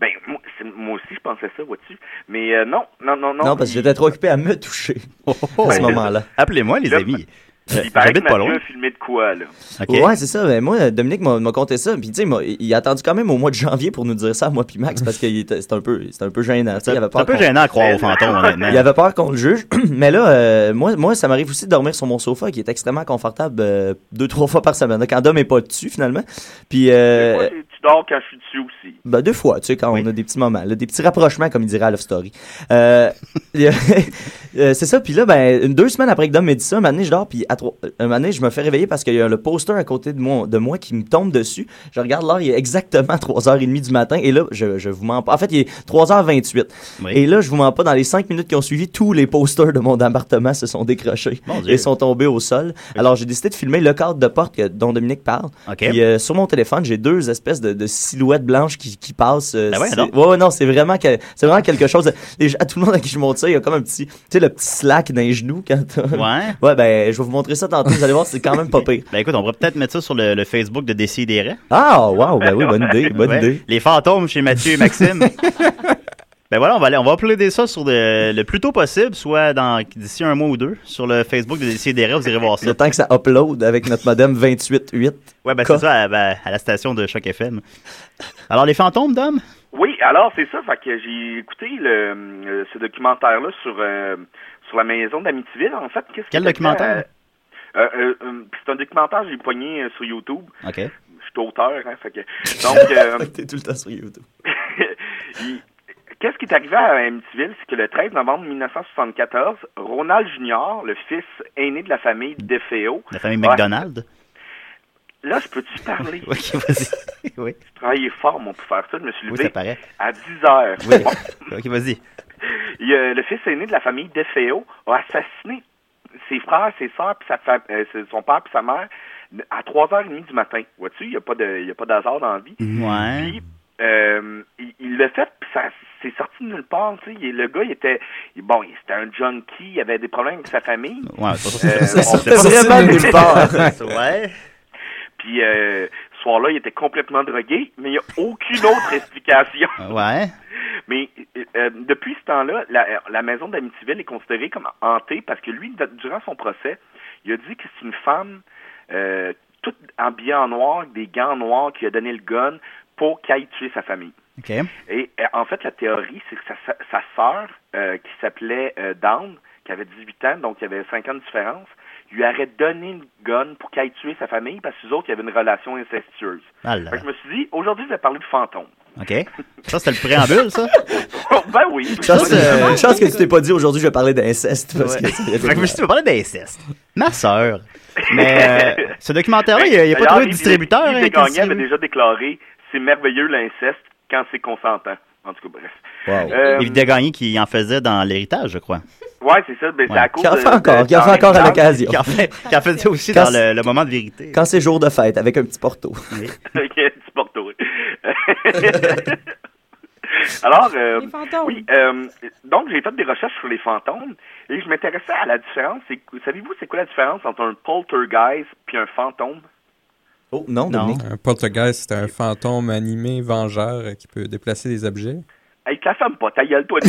S13: Ben, moi, c'est- moi aussi, je pensais ça, vois-tu. Mais euh, non, non, non, non.
S8: Non, parce que j'étais trop occupé à me toucher
S6: Oh,
S8: à ce moment-là.
S6: Appelez-moi, les amis. Euh,
S13: Il paraît que
S6: J'habite pas
S13: Mathieu
S6: loin.
S13: a filmé de quoi, là.
S8: Ouais, c'est ça. Ben, moi, Dominique m'a m'a conté ça. Puis, tu sais, il m'a- il a attendu quand même au mois de janvier pour nous dire ça, moi puis Max, parce que c'était un, peu- c'était un peu gênant. tu sais, il avait
S6: C'est un
S8: peur
S6: peu
S8: qu'on-
S6: gênant à croire aux fantômes, honnêtement.
S8: Il avait peur qu'on le juge. Mais là, euh, moi, moi, ça m'arrive aussi de dormir sur mon sofa qui est extrêmement confortable euh, deux, trois fois par semaine. là, Quand Dom est pas dessus, finalement. Puis, euh,
S13: Moi, tu tu dors quand je suis dessus aussi.
S8: ben, deux fois, tu sais, quand on a des petits moments, là, des petits rapprochements, comme il dirait à Love Story. Euh, il y a- euh, c'est ça, puis là, ben, une- deux semaines après que Dom m'ait dit ça, un moment donné, je dors, puis à trois, euh, un moment donné, je me fais réveiller parce qu'il y a le poster à côté de moi, de moi qui me tombe dessus. Je regarde l'heure, il est exactement 3h30 du matin, et là, je, je vous mens pas. En fait, il est 3h28. Et là, je vous mens pas, dans les cinq minutes qui ont suivi, tous les posters de mon appartement se sont décrochés
S6: Mon Dieu.
S8: et sont tombés au sol. Alors, j'ai décidé de filmer le cadre de porte que- dont Dominique parle.
S6: OK.
S8: Puis, euh, sur mon téléphone, j'ai deux espèces de, de silhouettes blanches qui, qui passent. euh,
S6: Ben ouais,
S8: c'est-
S6: donc.
S8: ouais, ouais, non, c'est vraiment, que- c'est vraiment quelque chose. Les gens- à tout le monde à qui je montre ça, il y a comme un petit, tu sais, le petit slack dans les genoux quand t'as-
S6: Ouais.
S8: Ouais, ben, je vais vous montrer ça tantôt. Vous allez voir, c'est quand même pas pire.
S6: Ben écoute, on pourrait peut-être mettre ça sur le, le Facebook de Décideret.
S8: Ah, wow, ben oui, bonne idée, bonne
S6: Ouais.
S8: idée.
S6: Les fantômes chez Mathieu et Maxime. ben voilà, on va aller, on va uploader ça sur le, le plus tôt possible, soit dans d'ici un mois ou deux, sur le Facebook de Décideret, vous irez voir ça.
S8: Le temps que ça upload avec notre modem 28.8.
S6: Ouais, ben c'est ça, à, ben, à la station de Choc FM. Alors les fantômes, Dom?
S13: Oui, alors c'est ça, fait que j'ai écouté le, euh, ce documentaire-là sur, euh, sur la maison d'Amityville, en fait. Qu'est-ce
S6: Quel
S13: que c'était,
S6: documentaire?
S13: euh, euh, euh, euh, c'est un documentaire que j'ai poigné euh, sur YouTube.
S6: OK.
S13: Je suis auteur, hein, fait que... Donc, euh,
S8: Fait que t'es tout le temps sur YouTube.
S13: il- Qu'est-ce qui est arrivé à Amityville? C'est que le 13 novembre 1974, Ronald Junior, le fils aîné de la famille DeFeo...
S6: La famille McDonald.
S13: Là, je peux-tu parler?
S6: Ok, vas-y. oui,
S13: Je travaillais fort, mon, pour faire ça. Je me suis
S6: oui, ça
S13: levé
S6: paraît.
S13: à 10 heures.
S6: Oui. ok, vas-y.
S13: Il, euh, le fils aîné de la famille DeFeo a assassiné ses frères, ses sœurs, puis sa fa- euh, son père puis sa mère à 3h30 du matin. Vois-tu, il n'y a pas de- il y a pas d'hasard dans la vie.
S6: Ouais.
S13: Euh, il il l'a fait, puis ça c'est sorti de nulle part. tu sais. Il- Le gars, il était. il- Bon, il- c'était un junkie, il avait des problèmes avec sa famille.
S6: Ouais, c'est
S13: Euh,
S6: ça sortait
S13: on-
S6: vraiment de nulle part.
S13: ouais. Puis, euh, ce soir-là, il était complètement drogué, mais il n'y a aucune autre explication.
S6: Ouais.
S13: Mais euh, euh, depuis ce temps-là, la, la maison d'Amityville est considérée comme hantée parce que lui, d- durant son procès, il a dit que c'est une femme euh, toute habillée en noir, avec des gants noirs, qui a donné le gun pour qu'elle aille tuer sa famille.
S6: OK.
S13: Et euh, en fait, la théorie, c'est que sa- sa, sa sœur, euh, qui s'appelait euh, Dawn, qui avait 18 ans, donc il y avait 5 ans de différence, lui aurait donné une gun pour qu'elle aille tuer sa famille parce que les autres, il y avait une relation incestueuse.
S6: Ah là.
S13: Fait que je me suis dit, aujourd'hui, je vais parler de fantômes.
S6: OK. Ça, c'était le préambule, ça?
S13: ben oui.
S8: Chance, euh, chance que tu t'es pas dit aujourd'hui, je vais parler d'inceste. Parce
S6: Ouais.
S8: que ça y a
S6: Fait que je me suis dit, on va parler d'inceste. Ma sœur.
S13: Mais,
S6: Mais euh, ce documentaire-là, il n'y a, pas trouvé de distributeur. hein,
S13: Yves
S6: qui le
S13: Desgagnants avait
S6: distribue.
S13: déjà déclaré c'est merveilleux l'inceste quand c'est consentant. En tout cas, bref. Euh,
S6: Yves Desgagnants qui en faisait dans l'héritage, je crois.
S13: Ouais, c'est ça. Ben, c'est
S6: Ouais.
S13: à cause
S8: Qui en
S13: de-
S8: fait encore,
S13: de-
S8: qui en fait
S13: dans
S8: encore à
S13: l'héritage.
S8: l'occasion.
S6: Qui en, fait, qui en faisait aussi
S8: Quand
S6: dans
S8: c'est-
S6: le, le moment de vérité.
S8: Quand c'est jour de fête, avec un petit porto.
S13: Ok, tu portes au- Alors, euh, oui, euh, donc j'ai fait des recherches sur les fantômes et je m'intéressais à la différence. C'est- Savez-vous c'est quoi la différence entre un poltergeist puis un fantôme?
S8: Oh, non, Dominique.
S9: Un poltergeist, c'est un fantôme animé vengeur euh, qui peut déplacer des objets.
S13: Hey, te la femme pas, ta gueule, toi.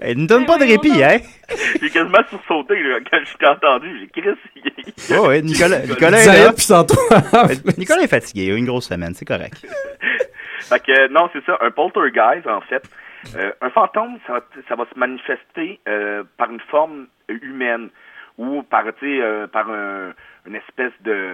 S6: Elle ne Euh, donne pas de répit, hein?
S13: j'ai quasiment sursauté là, quand je t'ai entendu. J'ai Chris. il-
S6: Oh, oui, Nicolas, Nicolas
S9: Ça
S6: est là. Euh,
S9: puis sans toi.
S6: Nicolas est fatigué, il a eu une grosse semaine, c'est correct.
S13: Fait que, euh, non, c'est ça, un poltergeist, en fait. Euh, un fantôme, ça, va- ça va se manifester euh, par une forme humaine ou par, tu sais, euh, par un- une espèce de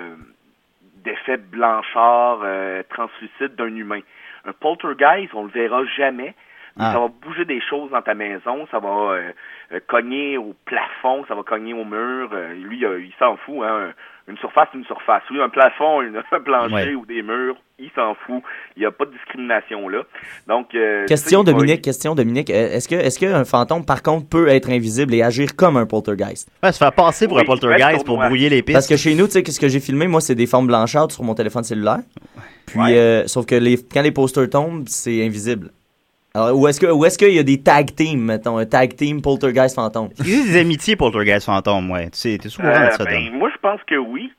S13: d'effet blanchard euh, translucide d'un humain. Un poltergeist, on le verra jamais, mais
S6: Ah.
S13: ça va bouger des choses dans ta maison, ça va euh, euh, cogner au plafond, ça va cogner au mur. euh, lui, euh, il s'en fout. Hein, une surface, une surface. Oui, un plafond, une, un plancher
S6: Ouais.
S13: ou des murs, il s'en fout. Il n'y a pas de discrimination là. Donc, euh,
S8: Question
S13: tu sais, il va-
S8: Dominique, question Dominique. Euh, Est-ce que est-ce qu'un fantôme par contre peut être invisible et agir comme un poltergeist
S6: Ouais, se faire passer pour
S13: Oui,
S6: un poltergeist pour
S13: tournoi.
S6: brouiller les pistes.
S8: Parce que chez nous, tu sais ce que j'ai filmé, moi c'est des formes blanchâtres sur mon téléphone cellulaire. Puis euh, sauf que les, quand les posters tombent, c'est invisible. Alors où est-ce que où est-ce qu'il y a des tag teams mettons un tag team poltergeist fantôme
S6: Il y a des amitiés poltergeist fantôme, ouais. Tu sais, t'es souvent
S13: Euh,
S6: ça,
S13: ben,
S6: Dom.
S13: moi, je pense que oui.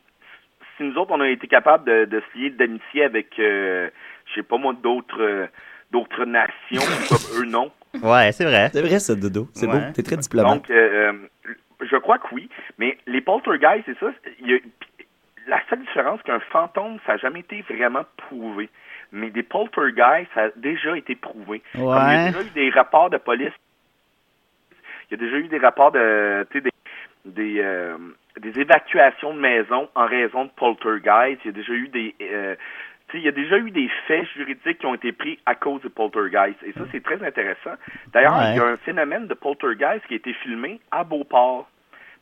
S13: Si nous autres, on a été capables de, de se lier d'amitié avec, euh, je sais pas moi, d'autres euh, d'autres nations, comme eux, non.
S6: Ouais, c'est vrai.
S8: C'est vrai ça Dodo, c'est
S13: Ouais.
S8: beau, t'es très diplomate.
S13: Donc, euh, euh, je crois que oui. Mais les poltergeists, c'est ça. il y a- puis la seule différence, c'est qu'un fantôme, ça n'a jamais été vraiment prouvé. Mais des poltergeists, ça a déjà été prouvé. Comme il y a
S6: Ouais.
S13: déjà eu des rapports de police. Il y a déjà eu des rapports de, tu sais, des, des, euh, des évacuations de maisons en raison de poltergeist. Il y a déjà eu des... euh, tu sais, il y a déjà eu des faits juridiques qui ont été pris à cause de poltergeist. Et ça, c'est très intéressant. D'ailleurs,
S6: Ouais.
S13: il y a un phénomène de poltergeist qui a été filmé à Beauport,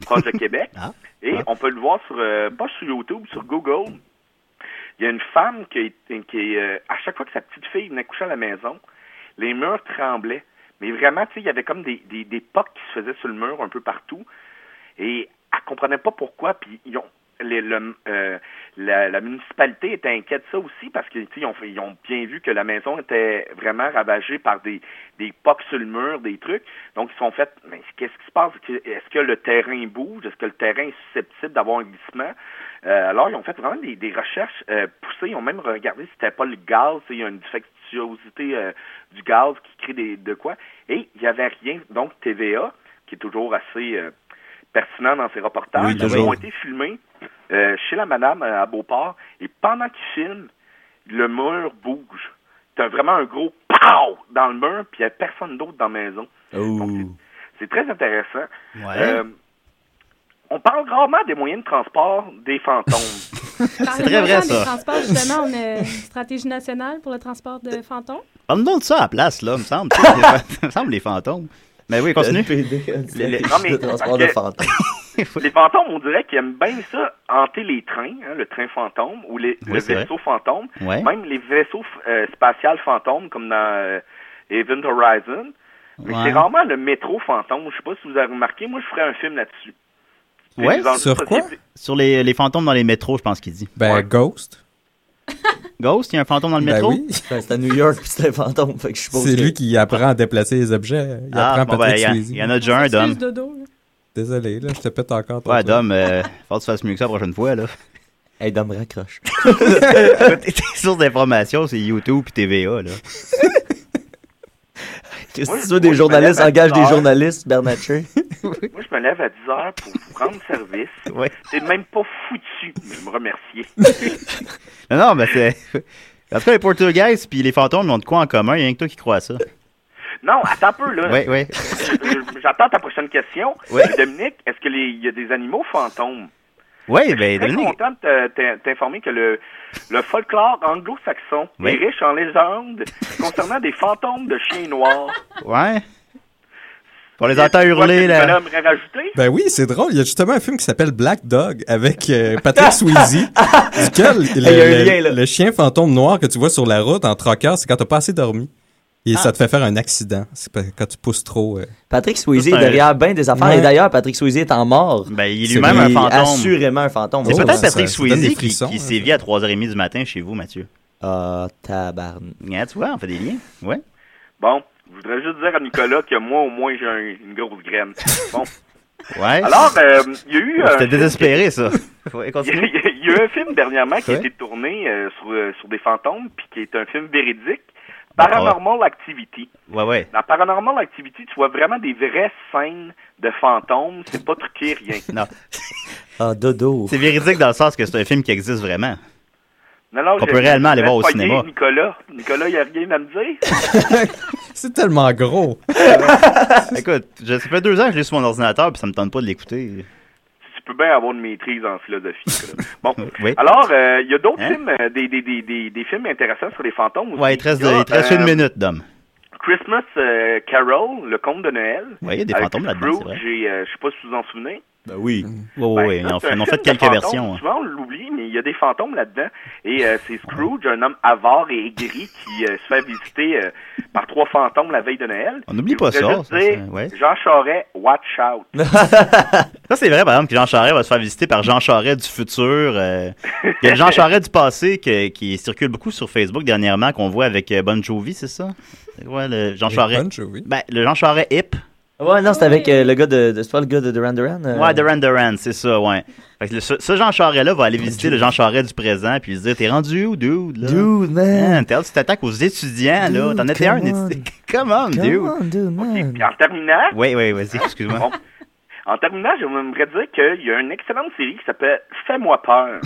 S13: proche de Québec.
S6: Ah.
S13: Et on peut le voir sur, euh, pas sur YouTube, sur Google. Il y a une femme qui, est- qui est, euh, à chaque fois que sa petite fille venait coucher à la maison, les murs tremblaient. Mais vraiment, tu sais, il y avait comme des, des, des pocs qui se faisaient sur le mur un peu partout. Et elle comprenait pas pourquoi. Puis ils ont, les- le- euh, la, la municipalité était inquiète de ça aussi parce qu'ils ont, fait- ils ont bien vu que la maison était vraiment ravagée par des, des pocs sur le mur, des trucs. Donc ils se sont fait, mais qu'est-ce qui se passe? Est-ce que le terrain bouge? Est-ce que le terrain est susceptible d'avoir un glissement? Euh, alors ils ont fait vraiment des, des recherches euh, poussées. Ils ont même regardé si c'était pas le gaz. tu sais, Il y a une défectuosité euh, du gaz qui crée des, de quoi. Et il y avait rien. Donc TVA, qui est toujours assez... euh, pertinent dans ses reportages.
S8: Oui,
S13: Ils
S8: toujours.
S13: ont été filmés euh, chez la madame euh, à Beauport et pendant qu'ils filment, le mur bouge. T'as vraiment un gros pow dans le mur puis il n'y a personne d'autre dans la maison.
S8: Ouh.
S13: C'est très intéressant.
S6: Ouais.
S13: Euh, on parle rarement des moyens de transport des fantômes.
S6: C'est très vrai,
S11: des
S6: ça.
S11: transports, justement, on a une stratégie nationale pour le transport de fantômes.
S6: Parle-nous de ça à la place, là, me semble. tu sais, les fa- me semble les fantômes. Mais oui, continue.
S9: Euh,
S6: Les- les-
S13: Non, mais parce que les fantômes, on dirait qu'ils aiment bien ça, hanter les trains, hein, le train fantôme ou les,
S6: Oui,
S13: le
S6: c'est vrai.
S13: vaisseau fantôme,
S6: Ouais.
S13: même les vaisseaux f- euh, spatials fantômes comme dans euh, Event Horizon. Mais
S6: Ouais.
S13: c'est rarement le métro fantôme. Je sais pas si vous avez remarqué, moi je ferais un film là-dessus. C'est
S6: Ouais,
S13: des enjeux de société.
S6: Sur les, les fantômes dans les métros, je pense qu'il dit.
S9: Ben, Ghost.
S6: Ghost, il y a un fantôme dans le
S9: Ben
S6: métro?
S9: oui.
S8: C'est à New York, puis c'est un fantôme. Fait que je suppose
S9: C'est
S8: que-
S9: lui qui apprend à déplacer les objets. Il
S6: Ah,
S9: apprend
S6: bon, ben,
S9: Patrick
S6: il y a-
S9: Swayze.
S6: il y en a déjà un, Dom.
S9: Désolé, là, je te pète encore.
S6: Ouais,
S9: tantôt.
S6: Dom, euh, faut que tu fasses mieux que ça la prochaine fois, là.
S8: Hey, Dom, raccroche.
S6: Tes sources d'information, c'est YouTube et TVA, là.
S8: Qu'est-ce
S13: Moi,
S8: que tu
S13: moi,
S8: veux, des
S13: je
S8: journalistes
S13: me lève à
S8: engagent des
S13: 10 heures.
S8: journalistes, Bernatchez?
S13: Moi, je me lève à 10 heures pour vous rendre service. C'est même pas foutu de me remercier.
S6: Non, non, mais c'est. En tout cas, les Portugais puis les fantômes ils ont de quoi en commun, il y a rien que toi qui crois à ça.
S13: Non, attends un peu, là.
S6: Oui, oui.
S13: Je- J'attends ta prochaine question. Euh,
S6: Oui.
S13: Dominique, est-ce qu'il y a des animaux fantômes?
S6: Oui, ben,
S13: Très
S6: Dominique.
S13: content de te- t'in- t'informer que le, le folklore anglo-saxon
S6: Oui.
S13: est riche en légendes concernant des fantômes de chiens noirs.
S6: Ouais. On les entend hurler,
S13: Tu
S6: là.
S13: aimerais rajouter?
S9: Ben oui, c'est drôle. Il y a justement un film qui s'appelle Black Dog avec euh, Patrick Swayze, duquel le,
S8: Il y a un
S9: le-
S8: lien, là.
S9: le chien fantôme noir que tu vois sur la route en troqueur, c'est quand t'as pas assez dormi. Et ça te fait faire un accident. C'est pas- quand tu pousses trop. euh.
S8: Patrick Swayze est
S9: C'est un-
S8: derrière bien des affaires.
S9: Ouais.
S8: Et d'ailleurs, Patrick Swayze étant mort.
S6: Ben, il est
S8: C'est
S6: lui-même un fantôme.
S8: assurément un fantôme.
S6: C'est
S8: Oh,
S6: peut-être
S8: ça-
S6: Patrick
S8: ça donne
S6: Swayze
S8: des
S6: qui,
S8: frissons,
S6: qui
S8: hein,
S6: sévit à 3h30 du matin chez vous, Mathieu.
S8: Ah, tabarn.
S6: Yeah, tu vois, on fait des liens. Ouais.
S13: Bon, je voudrais juste dire à Nicolas que moi, au moins, j'ai un- une grosse graine. Bon.
S6: Ouais.
S13: Alors, euh, il y a eu... un-
S6: C'était désespéré, ça. Ouais,
S13: Il y,
S6: continue.
S13: a, il y a eu un film dernièrement qui a
S6: Ouais.
S13: été tourné euh, sur, euh, sur des fantômes, puis qui est un film véridique, Paranormal Activity.
S6: Ouais, ouais.
S13: Dans Paranormal Activity, tu vois vraiment des vraies scènes de fantômes, c'est pas truqué, rien.
S6: Non.
S8: Ah, dodo.
S6: C'est véridique dans le sens que c'est un film qui existe vraiment.
S13: Non, non, je-
S6: On peut réellement aller
S13: je
S6: voir au
S13: vais te pogner,
S6: cinéma.
S13: Nicolas, Nicolas, il a rien à me dire.
S9: C'est tellement gros.
S6: Écoute, je- ça fait deux ans que je l'ai sur mon ordinateur, puis ça me tente pas de l'écouter.
S13: tu peux bien avoir une maîtrise en philosophie. Nicolas. Bon,
S6: Oui.
S13: alors, euh, il y a d'autres
S6: Hein?
S13: films, euh, des, des, des, des, des films intéressants sur les fantômes. aussi.
S6: Ouais, il te reste,
S13: y a,
S6: il te reste une
S13: euh,
S6: minute, Dom.
S13: Christmas euh, Carol, le conte de Noël.
S6: Ouais, il y a des
S13: avec
S6: fantômes là-dedans, c'est vrai.
S13: Scrooge et, euh, je sais pas si vous vous en souvenez.
S8: Ben oui.
S6: Ouais, ouais, ouais.
S13: Ça,
S6: On
S13: c'est
S6: fait,
S13: un
S6: on fait
S13: film de
S6: quelques
S13: fantômes.
S6: versions. hein.
S13: Souvent, on l'oublie, mais il y a des fantômes là-dedans. Et euh, c'est Scrooge, un homme avare et aigri qui euh, se fait visiter euh, par trois fantômes la veille de Noël.
S6: On n'oublie
S13: Et je
S6: pas ça.
S13: voudrais juste
S6: ça,
S13: dire,
S6: c'est- ouais.
S13: Jean Charest, watch out.
S6: Ça, c'est vrai, par exemple, que Jean Charest va se faire visiter par Jean Charest du futur. euh, Il y a le Jean Charest du passé que- qui circule beaucoup sur Facebook dernièrement, qu'on voit avec euh, Bon Jovi, c'est ça? Ouais, le Jean
S8: Avec
S6: Charest.
S8: Bon
S6: Ben, le Jean Charest hip.
S8: Ouais, non, c'est avec euh, le gars de. de- C'est pas le gars de Duran Duran? euh?
S6: Ouais, Duran Duran, c'est ça, ouais. Fait que le- ce, ce Jean Charest-là va aller visiter le Jean Charest du présent, puis il se dire T'es rendu où, dude? Là?
S8: Dude, man.
S6: Man, t'es rendu- tu t'attaques aux étudiants, là.
S8: Dude,
S6: T'en étais un,
S8: come on.
S6: étudiant. Come on,
S8: Come
S6: dude.
S8: on, dude, man.
S6: Mm.
S13: Puis en terminant,
S6: Oui, oui, vas-y, excuse-moi.
S13: Bon. En terminant, j'aimerais dire qu'il y a une excellente série qui s'appelle Fais-moi peur.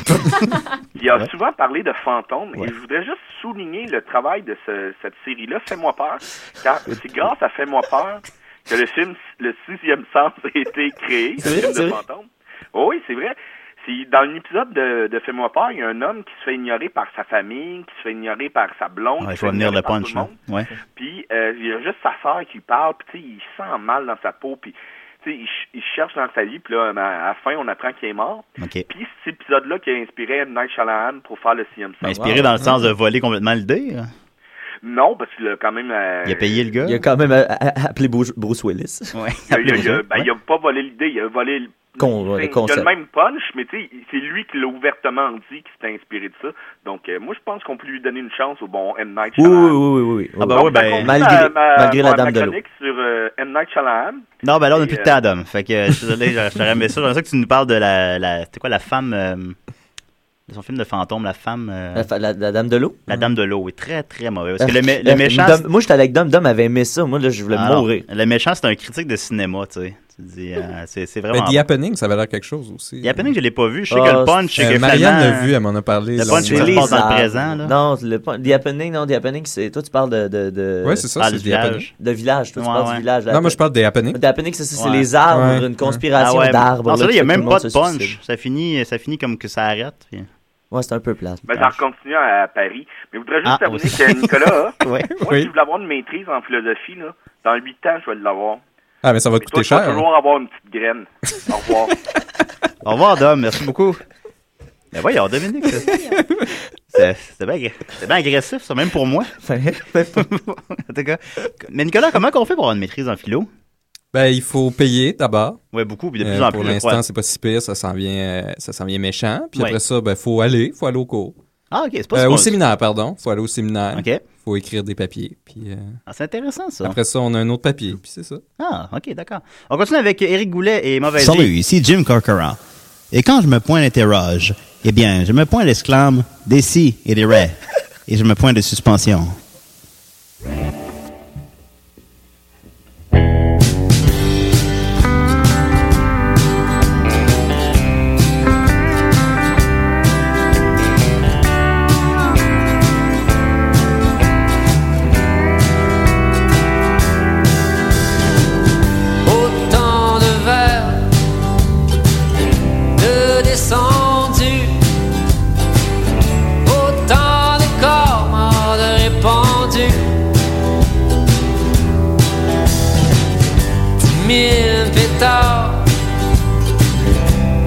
S13: Il a
S6: Ouais.
S13: souvent parlé de fantômes et je voudrais juste souligner le travail de ce- cette série-là, Fais-moi peur, car c'est grâce à Fais-moi peur que le film Le Sixième Sens a été créé,
S8: C'est
S13: le
S8: vrai,
S13: film
S8: c'est
S13: de
S8: vrai.
S13: fantômes. Oh oui, c'est vrai. C'est- Dans un épisode de, de Fais-moi peur, il y a un homme qui se fait ignorer par sa famille, qui se fait ignorer par sa blonde.
S6: Ouais,
S13: qui
S6: il
S13: se
S6: faut
S13: fait
S6: venir
S13: ignorer
S6: le
S13: par tout
S6: punch,
S13: le
S6: là.
S13: monde.
S6: Ouais.
S13: Puis euh, il y a juste sa sœur qui lui parle, puis tu sais, il sent mal dans sa peau, puis tu sais, il, ch- il cherche dans sa vie, puis là, à à la fin, on apprend qu'il est mort.
S6: OK.
S13: Puis c'est cet épisode-là qui a inspiré M. Night Shyamalan pour faire le sixième sens.
S8: Ben,
S6: Inspiré dans le sens de voler complètement l'idée. là.
S13: Non, parce qu'il a quand même... euh,
S6: Il a payé le gars.
S8: Il a quand même euh, a- a- appelé Bruce Bruce Willis.
S6: Ouais,
S13: il a- il a- il a- ben, il a pas volé l'idée, il a volé... le-
S8: Con-
S13: c'est- il
S8: le
S13: a
S8: concept.
S13: le même punch, mais tu sais, c'est lui qui l'a ouvertement dit qui s'est inspiré de ça. Donc, euh, moi, je pense qu'on peut lui donner une chance au bon M. Night
S8: Oui, oui,
S13: Shyamalan.
S8: oui, oui, oui.
S6: Ah, bah
S8: oui.
S6: ouais, ben-
S8: malgré,
S13: Ma- ma-
S8: malgré la
S13: ma
S8: dame de l'eau.
S13: chronique sur euh, M. Night Shyamalan.
S6: Non, ben là, on n'a
S13: Et,
S6: plus de
S13: euh,
S6: temps, Dom. Fait que euh, je suis désolé, j'aurais- j'aurais aimé ça. J'aimerais ça que tu nous parles de la. la C'était quoi la femme. euh, de son film de fantôme, la femme. euh,
S8: La, fa- la- la dame de l'eau?
S6: la dame de l'eau. est très, très mauvais. Parce que le, mé- le
S8: Euh,
S6: méchant.
S8: Dom- moi, j'étais avec Dom. Dom avait aimé ça. Moi, là, je voulais
S6: Ah non,
S8: mourir.
S6: le méchant, c'est un critique de cinéma, tu sais. Tu dis, euh, c'est c'est
S9: Mais
S6: vraiment.
S9: Ben, The Happening, ça avait l'air quelque chose aussi.
S6: Il y a peine que je l'ai pas vu. Je sais
S8: Ah,
S6: que le punch, c'est
S9: Euh,
S6: que
S9: Marianne
S6: finalement-
S9: l'a vu, elle m'en a parlé.
S6: Le punch, c'est ça se
S9: longtemps.
S6: passe dans le présent, là.
S8: Non, le, po- The Happening, non, The Happening, c'est. Toi, tu parles de. de, de...
S9: Ouais, c'est ça,
S6: Ah,
S9: c'est
S6: le
S9: The
S6: village.
S9: Happening.
S8: Le village, toi, tu
S6: Ouais,
S8: parles
S6: ouais.
S8: du village.
S9: Non, moi, je parle des Happening.
S8: The Happening, c'est ça, c'est
S6: Ouais.
S8: les arbres,
S9: Ouais.
S8: une conspiration
S6: Ah ouais,
S8: d'arbres.
S6: Dans celui-là, il n'y a
S8: qui fait que
S6: même
S8: tout le
S6: pas
S8: monde
S6: de
S8: se suicide.
S6: punch. Ça finit, ça finit comme que ça arrête. puis-
S8: Ouais, c'est un peu plate.
S13: Ben,
S9: Ah,
S13: j'en continue à Paris. Mais je voudrais juste
S8: Ah,
S13: terminer
S8: aussi.
S13: que Nicolas, hein,
S8: Ouais.
S13: moi,
S9: Oui.
S13: si je voulais avoir une maîtrise en philosophie, là, dans 8 ans, je vais l'avoir.
S9: Ah, mais ça va te
S13: Toi,
S9: coûter
S13: je vais
S9: cher. hein.
S13: toujours avoir une petite graine. Au revoir.
S6: Au revoir, Dom. Merci beaucoup. Ben voyons, Dominique. ça- C'est c'est bien c'est bien agressif, ça, même pour moi. en tout cas. Mais Nicolas, comment on fait pour avoir une maîtrise en philo?
S9: Ben, il faut payer d'abord.
S6: Ouais, beaucoup, puis de plus en
S9: Euh, Pour
S6: plus, je
S9: l'instant,
S6: crois.
S9: c'est pas si pire, ça s'en vient, euh, ça s'en vient méchant. Puis
S6: Ouais.
S9: après ça, ben, faut aller, faut aller au cours.
S6: Ah, ok, c'est pas
S9: Euh,
S6: si
S9: Au
S6: bon.
S9: séminaire, pardon. Faut aller au séminaire.
S6: Ok.
S9: Faut écrire des papiers. Puis, euh,
S6: Ah, c'est intéressant, ça.
S9: après ça, on a un autre papier. Puis c'est ça.
S6: Ah, ok, d'accord. On continue avec Éric Goulet et Mauvaise
S12: Salut,
S6: Vie.
S12: ici Jim Corcoran. Et quand je me pointe l'interroge, eh bien, je me pointe l'exclame des si et des ré. Et je me pointe de suspension.
S7: Autant de verres de descendus, autant de corps morts de répandus. Mille pétards,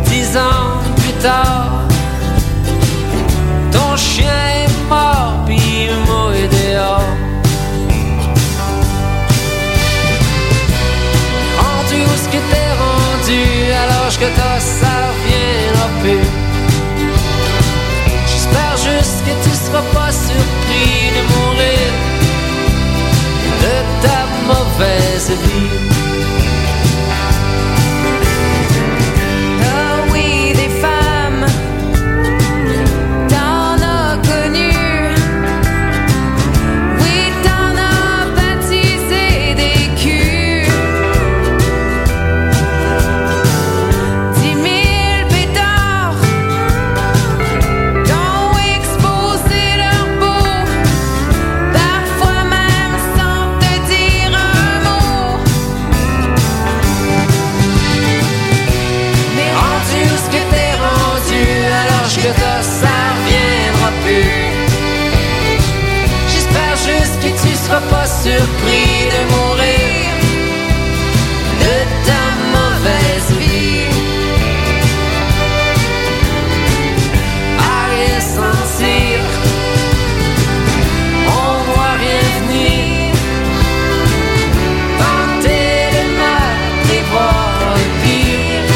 S7: dix ans plus tard, ton chien est mort, puis le mot est dehors. rendu où ce que t'es rendu alors que t'as ça reviendra plus J'espère juste que tu seras pas surpris de mourir De ta mauvaise vie
S14: Ah oui, des femmes, t'en as connu. Oui, t'en as baptisé des culs. Dix mille pétards t'ont exposé leur peau. Parfois même sans te dire un mot.
S7: Mais rendu où ce que t'es rendu alors que t'as ça reviendra plus J'espère juste que tu seras pas surpris de mourir De ta mauvaise vie À rien sentir On voit rien venir Tenter le mal et voir le pire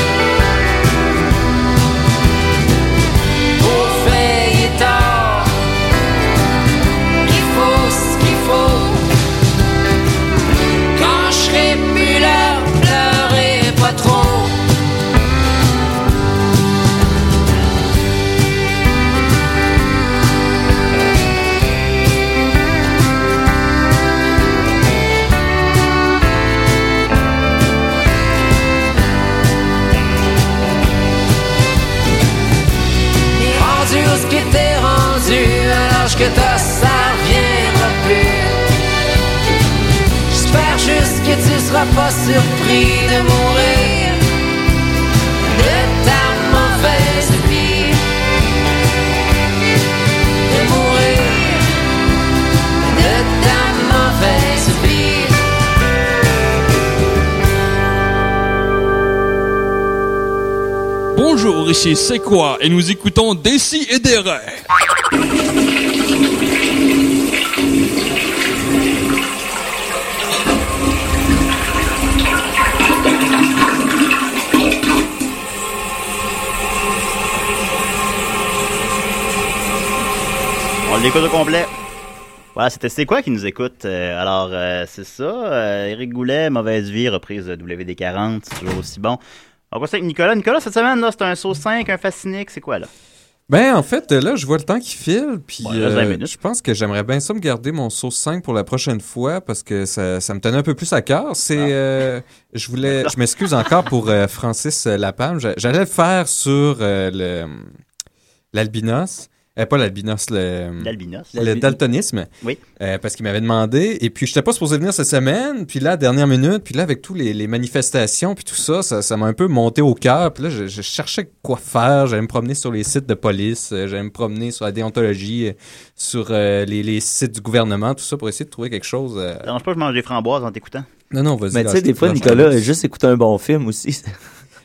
S7: pour veiller tard. Il faut ce qu'il faut. Quand je serai plus là, pleurez pas trop. Rendu où ce qui t'est rendu, alors que t'as ça reviendra plus. J'espère juste que tu seras pas surpris de mourir de ta mauvaise vie. De mourir de ta mauvaise vie.
S15: Bonjour, ici C'est quoi Et nous écoutons Dessy et des rêves.
S6: On l'écoute au complet. Voilà, c'était C'est quoi qui nous écoute? Euh, alors, euh, c'est ça. euh, Éric Goulet, Mauvaise vie, reprise de WD40, c'est toujours aussi bon. On commence avec Nicolas. Nicolas, cette semaine, là, c'est un saut 5, un fascinique, c'est quoi, là?
S9: Ben, en fait, là, je vois le temps qui file, puis
S6: Ouais, il reste
S9: euh,
S6: vingt minutes.
S9: je pense que j'aimerais bien ça me garder mon sauce 5 pour la prochaine fois parce que ça, ça me tenait un peu plus à cœur.
S6: Ah.
S9: C'est, euh, je voulais, je m'excuse encore pour euh, Francis euh, Lapalme. J'a- J'allais le faire sur euh, le l'albinos, Euh, pas l'albinos, le...
S6: L'albinos.
S9: Le daltonisme.
S6: Oui.
S9: Euh, parce qu'il m'avait demandé. Et puis, je n'étais pas supposé venir cette semaine. Puis là, dernière minute, puis là, avec tous les, les manifestations, puis tout ça, ça ça m'a un peu monté au cœur. Puis là, je, je cherchais quoi faire. J'allais me promener sur les sites de police. euh, J'allais me promener sur la déontologie, euh, sur euh, les, les sites du gouvernement, tout ça, pour essayer de trouver quelque chose. euh,
S6: Ça dérange pas, je mange des framboises en t'écoutant.
S9: Non, non, vas-y.
S8: Mais tu sais,
S9: lâche-
S8: des fois,
S9: lâche-
S8: Nicolas, juste écouter un bon film aussi. Ah ça-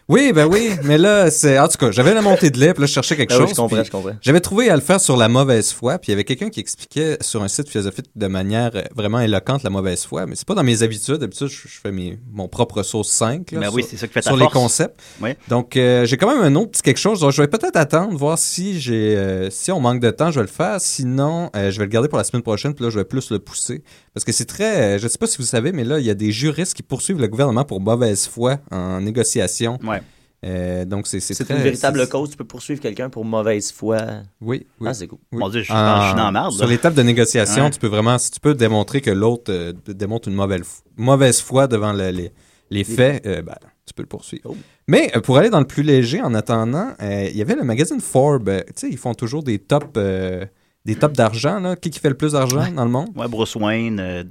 S9: Oui, ben oui, mais là, c'est. En tout cas, j'avais la montée de lait, puis là, je cherchais quelque
S8: Ah oui,
S9: chose.
S8: je comprends,
S9: puis
S8: je comprends.
S9: J'avais trouvé à le faire sur la mauvaise foi, puis il y avait quelqu'un qui expliquait sur un site philosophique de manière euh, vraiment éloquente la mauvaise foi, mais c'est pas dans mes habitudes. D'habitude, je, je fais mes, mon propre sauce 5. Là,
S6: Ben
S9: sur,
S6: oui, c'est ça qui fait ta
S9: Sur
S6: force.
S9: les concepts.
S6: Oui.
S9: Donc, euh, j'ai quand même un autre petit quelque chose. Donc, je vais peut-être attendre, voir si j'ai. euh, si on manque de temps, je vais le faire. Sinon, euh, je vais le garder pour la semaine prochaine, puis là, je vais plus le pousser. Parce que c'est très. euh, je sais pas si vous savez, mais là, il y a des juristes qui poursuivent le gouvernement pour mauvaise foi en négociation.
S6: Ouais.
S9: Euh, donc, c'est
S8: C'est
S9: très-
S8: une véritable cause. Tu peux poursuivre quelqu'un pour mauvaise foi.
S9: Oui, oui.
S8: Ah, c'est cool.
S9: Oui.
S6: Mon Dieu, je suis
S9: En-
S6: dans- je suis dans la merde,
S9: Ah, Sur
S6: là.
S9: les tables de négociation,
S6: Ouais.
S9: tu peux vraiment, si tu peux démontrer que l'autre euh, d- démontre une mauvaise, f- mauvaise foi devant le- les, les faits, euh, ben, tu peux le poursuivre. Mais euh, pour aller dans le plus léger, en attendant, euh, il y avait le magazine Forbes. euh, tu sais, ils font toujours des tops. euh, des tops d'argent, là. Qui, qui fait le plus d'argent dans le monde?
S6: Ouais, Bruce Wayne. euh,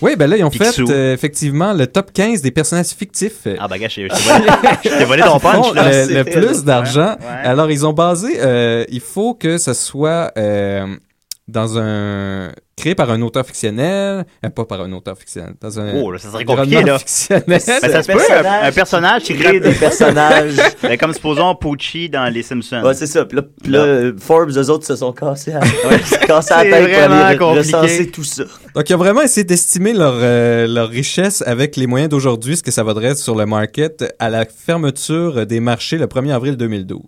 S9: Oui, ben là, ils ont
S6: Picsou.
S9: fait euh, effectivement le top 15 des personnages fictifs. euh,
S6: Ah, bah, gars, je t'ai volé, je t'ai volé ton
S9: Ils font euh,
S6: punch. là.
S9: le, le plus d'argent.
S6: Ouais, ouais.
S9: Alors, ils ont basé, euh, il faut que ça soit euh, dans un créé par un auteur fictionnel, euh, pas par un auteur fictionnel, dans un
S6: Oh, là, ça serait compliqué, là.
S9: environnement fictionnel.
S6: Ben, ça se peut, un, un personnage qui crée
S8: des personnages.
S6: Ben, comme supposons Poochie dans Les Simpsons.
S8: Ouais, c'est ça. Puis là, puis là, euh, Forbes, eux autres, se sont cassés à, cassés à
S6: C'est
S8: la tête pour
S6: vraiment
S8: aller re-
S6: compliqué.
S8: recenser tout ça.
S9: Donc, ils ont vraiment essayé d'estimer leur, euh, leur richesse avec les moyens d'aujourd'hui, ce que ça vaudrait sur le market à la fermeture des marchés le 1er avril 2012.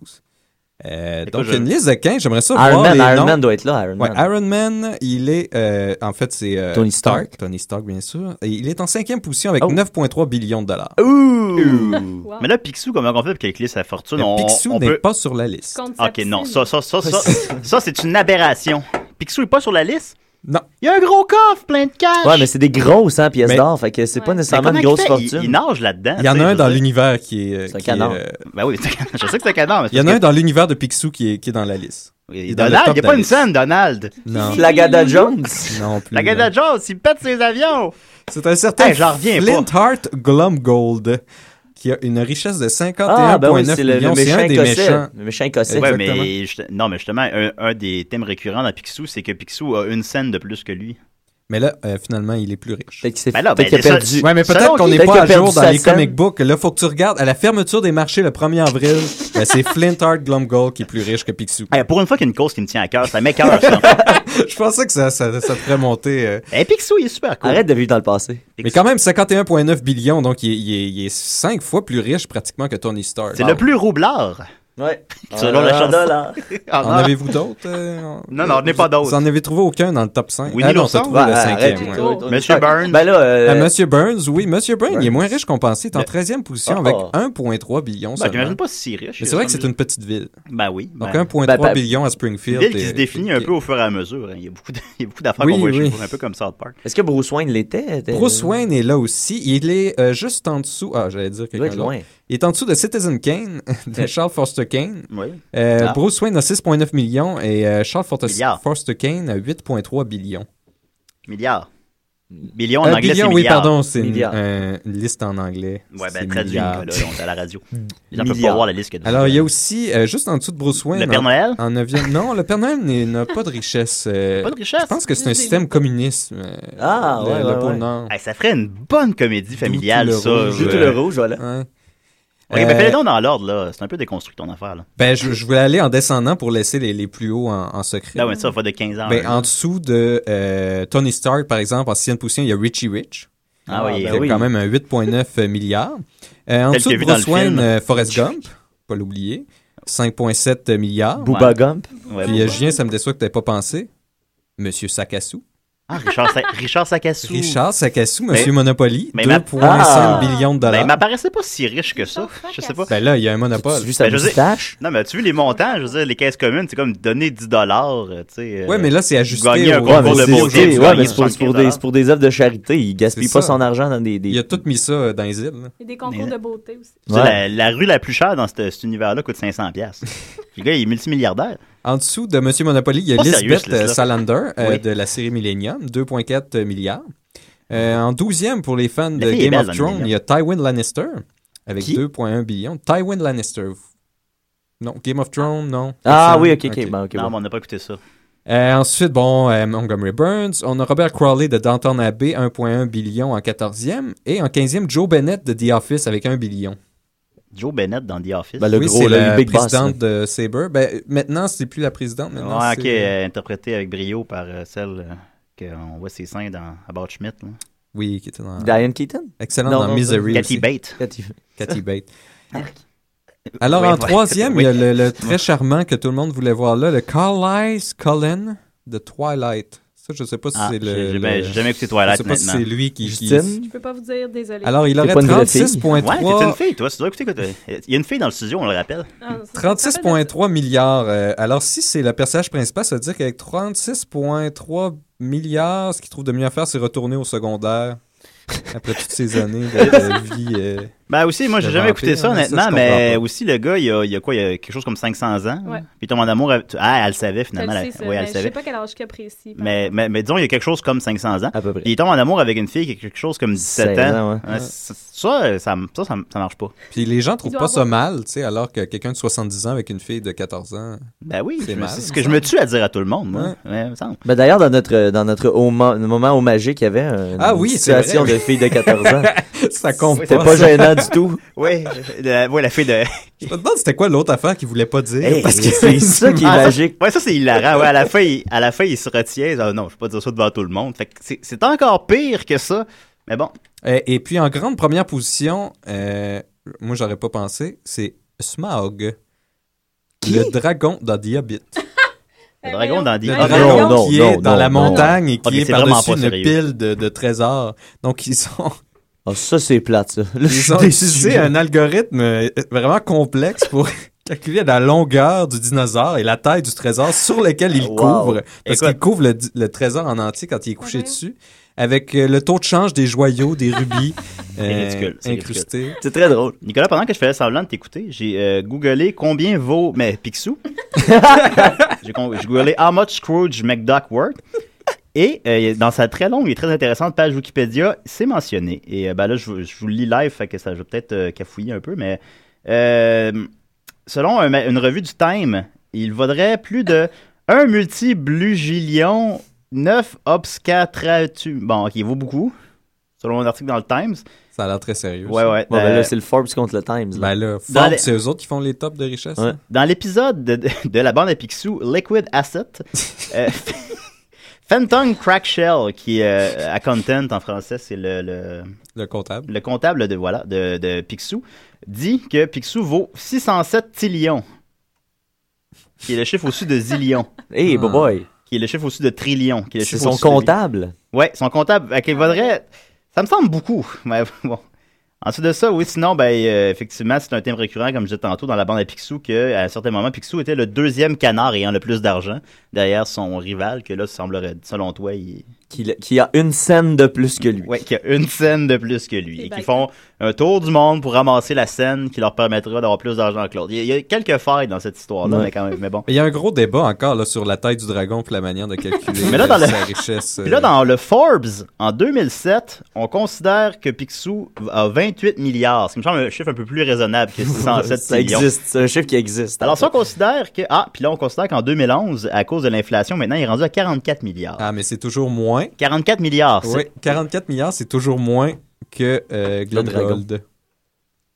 S9: Euh, donc,
S8: je-
S9: une liste de 15, j'aimerais ça
S8: Iron
S9: voir
S8: Man,
S9: les
S8: Iron
S9: noms.
S8: Man doit être là, Iron
S9: Ouais,
S8: Man.
S9: Iron Man, il est... euh, en fait, c'est... euh,
S8: Tony Stark.
S9: Tony Stark, bien sûr. Et il est en cinquième position avec
S6: Oh.
S9: 9,3 billions de dollars.
S6: Ouh! Mais là, Picsou, comment on fait pour qu'il éclisse sa fortune?
S9: Mais
S6: On,
S9: Picsou
S6: on
S9: n'est
S6: peut-
S9: pas sur la liste.
S11: Contre sa
S6: Ok,
S11: piscine.
S6: non, ça, ça, ça, ça, ça, c'est une aberration. Picsou est pas sur la liste?
S9: Non.
S6: Il y a un gros coffre plein de
S9: Ah,
S6: cash.
S8: Ouais, mais c'est des grosses hein, pièces d'or, fait que c'est pas
S6: Mais
S8: nécessairement
S6: comment
S8: une
S6: il
S8: grosse
S6: fait?
S8: fortune.
S6: Il, il nage là-dedans.
S9: Il y en
S6: tu
S9: a
S6: sais,
S9: un
S6: je
S9: dans
S6: sais.
S9: l'univers qui est...
S6: C'est un
S9: qui est,
S6: canard.
S9: euh,
S6: Ben oui, je sais que c'est un canard, mais
S9: il y en a un dans l'univers de Picsou qui est, qui est dans la liste. Il est dans le
S6: Donald,
S9: top
S6: il n'y a pas
S9: de la
S6: une
S9: liste.
S6: scène, Donald.
S9: Non.
S8: Flagada Jones.
S9: Non plus.
S6: La
S9: non.
S6: Gada Jones, il pète ses avions.
S9: C'est un certain
S6: Hey, j'en reviens
S9: Flint
S6: pas.
S9: Hart Glumgold qui a une richesse de 51,9
S8: Ah, ben oui, c'est le, le
S9: millions. C'est
S8: méchant
S9: un des
S8: écossais.
S9: méchants.
S8: Le méchant écossais.
S6: Ouais,
S9: Exactement.
S6: mais juste- non, mais justement, un, un des thèmes récurrents dans Picsou, c'est que Picsou a une scène de plus que lui.
S9: Mais là, euh, finalement, il est plus riche.
S8: Peut-être qu'il s'est
S6: Ben là,
S8: peut-être
S6: ben,
S8: qu'il a
S6: ça-
S8: perdu.
S9: Ouais, mais peut-être
S6: Selon
S9: qu'on
S6: qui-
S9: n'est
S8: peut-être qu'il
S9: pas
S8: a
S9: à jour
S8: perdu
S9: dans
S8: sa
S9: les
S8: scène.
S9: comic books. Là, faut que tu regardes à la fermeture des marchés le 1er avril. ben, c'est Flint Hart Glumgold qui est plus riche que Picsou.
S6: Hey, Eh, pour une fois qu'il y a une cause qui me tient à cœur, ça m'écœure, ça.
S9: Je pensais que ça, ça, ça te ferait monter. euh.
S6: Hey, Picsou, il est super cool.
S8: Arrête de vivre dans le passé.
S9: Mais quand même, 51,9 billions, donc il est, il, est, 5 fois plus riche pratiquement que Tony Stark.
S6: C'est le plus roublard.
S8: Ouais.
S6: Euh,
S8: euh,
S6: Selon la chanson.
S9: En avez-vous d'autres euh, en-
S6: Non, non, on n'est pas d'autres.
S9: Vous en avez trouvé aucun dans le top 5.
S6: Winnie
S9: ah non,
S6: l'ourson?
S8: Ouais,
S6: Bah, euh,
S9: t'as trouvé le
S8: arrête,
S9: cinquième. ouais.
S8: toi, toi,
S6: Monsieur Burns.
S8: Ben là, euh,
S9: Ah, Monsieur Burns, oui, Monsieur Burns, il est moins riche qu'on pensait. Il est en
S6: Mais-
S9: 13e position
S6: Ah,
S9: avec
S6: ah.
S9: 1,3 billion.
S6: Ben,
S9: seulement.
S6: t'imagines pas si riche.
S9: Mais c'est vrai que c'est une petite ville.
S6: Ben oui.
S9: Donc
S6: ben-
S9: 1,3
S6: ben, ben,
S9: billion à
S6: Une
S9: Springfield.
S6: ville qui se
S9: et-
S6: définit un
S9: et-
S6: peu au fur et à mesure. hein. Il y a beaucoup de- il y a beaucoup d'affaires
S9: Oui,
S6: qu'on voit
S9: oui.
S6: chez vous, un peu comme South Park.
S8: Est-ce que Bruce Wayne l'était était-
S9: Bruce Wayne est là aussi. Il est euh, juste en dessous. Ah, j'allais dire
S8: doit
S9: quelqu'un
S8: être loin.
S9: d'autre. Il est en dessous de Citizen Kane, de Charles Foster Kane.
S6: Oui.
S9: Euh,
S6: Ah.
S9: Bruce Wayne a 6,9 millions et euh, Charles Fortes-
S6: Milliards.
S9: Foster Kane a 8,3 billions.
S6: Milliards. Millions en
S9: Un
S6: anglais,
S9: billion,
S6: c'est
S9: oui,
S6: milliards.
S9: pardon, c'est une,
S6: Milliards.
S9: un- une liste en anglais.
S6: Ouais,
S9: C'est
S6: ben traduis,
S9: milliards. Mm.
S6: Nicolas, là, on est à la radio. Les gens peuvent pas
S8: Milliards.
S6: voir la liste que nous
S9: Alors, il y a aussi, euh, juste en dessous de Bruce Wayne...
S6: Le Père
S9: en-
S6: Noël?
S9: en neuvième- Non, le Père Noël n'est- n'a pas de richesse. euh,
S6: Pas de richesse?
S9: Je pense que c'est un système communiste. euh,
S8: Ah,
S9: le-
S8: ouais,
S9: le
S8: ouais,
S9: pôle
S8: ouais.
S9: Nord.
S6: Hey, ça ferait une bonne comédie familiale,
S9: D'où tout
S6: ça.
S9: le
S6: euh.
S9: rouge.
S8: Joue tout le rouge, voilà.
S9: Ouais.
S6: Ok,
S9: Euh,
S6: ben, fais-le donc dans l'ordre, là. C'est un peu déconstruit ton affaire, là.
S9: Ben, je, je voulais aller en descendant pour laisser les, les plus hauts en, en secret.
S6: Là, ouais, ça, va de 15 ans.
S9: Ben,
S6: hein.
S9: en dessous de euh, Tony Stark, par exemple, en sixième position, il y a Richie Rich.
S6: Ah oui,
S9: il
S6: ben oui.
S9: quand même un 8,9 milliards. Euh, en
S6: Tel
S9: dessous
S6: que
S9: de
S6: vu dans
S9: Bruce
S6: le film.
S9: Wayne, euh, Forrest Gump, pas l'oublier, 5,7 euh, milliards.
S8: Booba Gump.
S6: Ah, Ouais,
S9: Puis,
S6: bon.
S9: euh, Julien, ça me déçoit que tu pas pensé. Monsieur Sakassou.
S6: Ah, Richard, Sa- Richard Sakassou.
S9: Richard Sakassou,
S6: Mais-
S9: Monsieur Monopoly,
S6: mais ma-
S9: 2,5
S6: Ah!
S9: millions
S6: Ben,
S9: de
S6: il
S9: dollars. Ben,
S6: m'apparaissait pas si riche que ça. Je sais pas.
S9: là, il y a un
S8: As-tu
S9: monopole.
S8: vu sa
S6: Ben, je sais-
S8: moustache?
S6: Non, mais as-tu vu les montants? Je veux dire, les caisses communes, c'est comme donner 10 dollars, tu sais. euh,
S9: Ouais, mais là, c'est ajusté
S6: Gagner un
S9: au-
S8: Ouais,
S6: concours
S8: mais
S6: de
S8: c'est-
S6: beauté.
S8: c'est- ouais,
S6: tu gagnes
S8: mais c'est pour, c'est pour
S6: 75
S8: des, c'est pour des œuvres de charité. Il gaspille
S9: C'est
S8: pas
S9: ça.
S8: son argent dans des. des-
S9: Il a tout mis ça euh, dans les îles. là.
S11: Et des concours de beauté aussi.
S6: Tu sais,
S8: Ouais.
S6: La, la rue la plus chère dans cet, cet univers-là coûte 500$. piastres. le gars, il est multimilliardaire.
S9: En dessous de Monsieur Monopoly, il y a
S6: Pas Oh, sérieux,
S9: Lisbeth
S6: ce liste-là.
S9: euh, Salander euh,
S6: Oui.
S9: de la série Millennium, 2,4 milliards. Euh, en 12e, pour les fans
S6: La fille
S9: de
S6: est
S9: Game
S6: belle
S9: of
S6: dans
S9: Thrones,
S6: Millennium.
S9: il y a Tywin Lannister avec
S6: Qui?
S9: 2,1 billions. Tywin Lannister. vous- Non, Game of Thrones, non.
S8: Ah
S9: Personne?
S8: oui, ok, ok. ben, ok,
S6: non,
S8: bon.
S6: mais on n'a pas écouté ça.
S9: Euh, ensuite, bon, euh, Montgomery Burns. On a Robert Crowley de Downton Abbey, 1,1 billion en 14e. Et en 15e, Joe Bennett de The Office avec 1 billion.
S6: Joe Bennett dans The
S8: Ben,
S6: Office.
S9: Oui, c'est la présidente de Saber. Ben, maintenant, c'est plus la présidente. Maintenant,
S6: Ouais, ok,
S9: c'est-
S6: euh, interprétée avec brio par euh, celle euh, qu'on voit ses seins dans About Schmidt. là.
S9: Oui, qui était dans.
S8: Diane Keaton?
S9: Excellent
S8: Non,
S9: dans
S8: non,
S9: Misery.
S6: Cathy
S9: aussi.
S6: Bate.
S8: Cathy-
S9: Cathy Bate. Alors,
S6: Ouais,
S9: en
S6: ouais.
S9: troisième, il y a
S6: Oui.
S9: le, le très charmant que tout le monde voulait voir là, le Carlisle Cullen de Twilight. Ça, je sais pas si
S6: Ah,
S9: c'est
S6: j'ai-
S9: le.
S6: j'ai-
S9: le-
S6: ben, j'ai jamais écouté Twilight,
S9: Je sais pas si
S6: honnêtement.
S9: c'est lui qui. qui-
S6: Justine?
S11: Je peux pas vous dire, désolé.
S9: Alors, il aurait
S8: pas une vraie fille.
S9: 36,3.
S6: Ouais, t'es une fille, toi. Tu dois écouter. quoi, t'es- Il y a une fille dans le studio, on le rappelle.
S9: 36,3 milliards. euh, alors, si c'est le personnage principal, ça veut dire qu'avec 36,3 milliards, ce qu'il trouve de mieux à faire, c'est retourner au secondaire après toutes ces années de, de vie. euh,
S6: Ben aussi, moi, j'ai
S9: de
S6: jamais écouté
S9: vampire,
S6: ça,
S9: hein,
S6: honnêtement,
S9: je
S6: mais
S9: comprends
S6: aussi, le gars, il y a, il y a quoi, il y a quelque chose comme 500 ans.
S11: Ouais.
S6: Puis il tombe en amour avec... Ah, elle le savait, finalement.
S11: Je
S6: elle-
S11: le sais, ça,
S6: oui, elle
S11: mais
S6: le
S11: je sais
S6: savait.
S11: pas quel âge que précis. par
S6: Mais, mais, mais disons, il y a quelque chose comme 500 ans.
S9: Ah,
S6: Puis Il tombe en amour avec une fille qui a quelque chose comme 17
S9: 16
S6: ans.
S9: ans, ouais.
S6: Ouais, Ça, ça, ça, ça, ça- ça marche pas.
S9: Puis les gens trouvent
S6: doit
S9: pas ça
S6: avoir-
S9: mal, tu sais, alors que quelqu'un de 70 ans avec une fille de 14 ans.
S6: Ben oui,
S9: c'est
S6: je me-
S9: mal.
S6: c'est ce que je me tue à dire à tout le monde, moi. Ouais, il me semble.
S8: Ben d'ailleurs, dans notre, dans notre au- mo- moment au magique, il y avait euh, une
S6: Ah oui, c'est
S8: situation
S6: vrai.
S8: de fille de 14 ans.
S9: ça compte
S8: C'était pas
S9: ça.
S8: gênant du tout.
S6: Oui, la, ouais, la fille de.
S9: Je me demande c'était quoi l'autre affaire qu'il voulait pas dire.
S6: Hey,
S9: parce que
S8: c'est ça qui est
S6: Ah,
S8: magique.
S6: ouais, ça c'est hilarant. Ouais, à la fin, il, à la fin, il se retient. Ah, non, je vais pas dire ça devant tout le monde. Fait que c'est- c'est encore pire que ça. Mais bon,
S9: Euh, Et, et puis en grande première position, euh, moi j'aurais pas pensé, c'est Smaug. le dragon dans The Hobbit.
S11: Ben
S6: le dragon dans
S9: Le
S6: Ah,
S9: dragon
S6: non, non,
S9: qui
S6: non,
S9: est dans
S6: non,
S9: la
S6: non.
S9: montagne et qui
S6: Ok,
S9: est
S6: c'est vraiment
S9: par-dessus
S6: pas
S9: une
S6: sérieux.
S9: pile de, de trésors. Donc ils ont,
S8: Ah, ça, c'est plate, ça. Là, je
S9: ils
S8: suis
S9: ont
S8: déçu.
S9: utilisé un algorithme euh, vraiment complexe pour calculer la longueur du dinosaure et la taille du trésor sur lequel il
S8: Wow.
S9: couvre. Parce
S8: Écoute.
S9: qu'il couvre le, di- le trésor en entier quand il est couché dessus. Avec euh, le taux de change des joyaux, des rubis
S6: C'est
S9: euh,
S6: ridicule, c'est
S9: incrustés.
S6: ridicule. C'est très drôle. Nicolas, pendant que je faisais semblant de t'écouter, j'ai euh, googlé combien vaut. Mais Picsou. j'ai con- j'ai googlé How much Scrooge McDuck worth. Et euh, dans sa très longue et très intéressante page Wikipédia, c'est mentionné. Et euh, ben là, je, vous- je vous le lis live, fait que ça, je vais peut-être euh, cafouiller un peu, mais euh, selon un ma- une revue du Time, il vaudrait plus de 1 multiblugillion 9 obscatratum. Bon, ok, il vaut beaucoup, selon un article dans le Times.
S9: Ça a l'air très sérieux.
S6: Ouais,
S9: ça.
S6: ouais.
S8: Bon, ben
S6: Euh,
S8: là, c'est le Forbes contre le Times.
S9: Ben là,
S6: Dans
S9: Forbes,
S6: les-
S9: c'est eux autres qui font les tops de richesse.
S6: Ouais.
S9: hein.
S6: Dans l'épisode de, de la bande à Picsou, Liquid Asset, euh, Phantom Crackshell, qui est euh, accountant en français, c'est le, le,
S9: le comptable.
S6: Le comptable de, voilà, de, de Picsou, dit que Picsou vaut 607 trillions, qui est le chiffre au-dessus de zillion.
S8: Hey, boy, boy.
S6: Qui est le chiffre au-dessus de trillion. qui est le
S8: C'est
S6: chiffre
S8: son
S6: au-dessus de-
S8: comptable.
S6: Ouais, son comptable. Fait
S8: Ah
S6: qu'il vaudrait- Ça me semble beaucoup. Mais bon. Ensuite de ça, oui, sinon, ben, euh, effectivement, c'est un thème récurrent, comme je disais tantôt, dans la bande à Picsou, que, à un certain moment, Picsou était le deuxième canard ayant le plus d'argent derrière son rival, que là, semblerait, selon toi, il.
S8: Qui, le- qui a une scène de plus que lui.
S6: Ouais, qui a une scène de plus que lui.
S8: C'est
S6: Et qui
S8: bête.
S6: font un tour du monde pour ramasser la scène qui leur permettra d'avoir plus d'argent que l'autre. Il y a- il y a quelques failles dans cette histoire-là,
S9: Ouais.
S6: mais quand même, mais bon.
S9: Mais Il y a un gros débat encore là, sur la taille du dragon et la manière de calculer
S6: Mais là, dans le-
S9: euh, sa richesse. euh.
S6: Puis là, dans le Forbes, en 2007, on considère que Picsou a 28 milliards, ce qui me semble un chiffre un peu plus raisonnable que 607
S8: ça
S6: millions.
S8: existe. C'est un chiffre qui existe.
S6: Alors, si on considère que. Ah, puis là, on considère qu'en 2011, à cause de l'inflation, maintenant, il est rendu à 44 milliards.
S9: Ah, mais c'est toujours moins.
S6: 44 milliards.
S9: Oui, 44 milliards, c'est toujours moins que euh, Glumgold.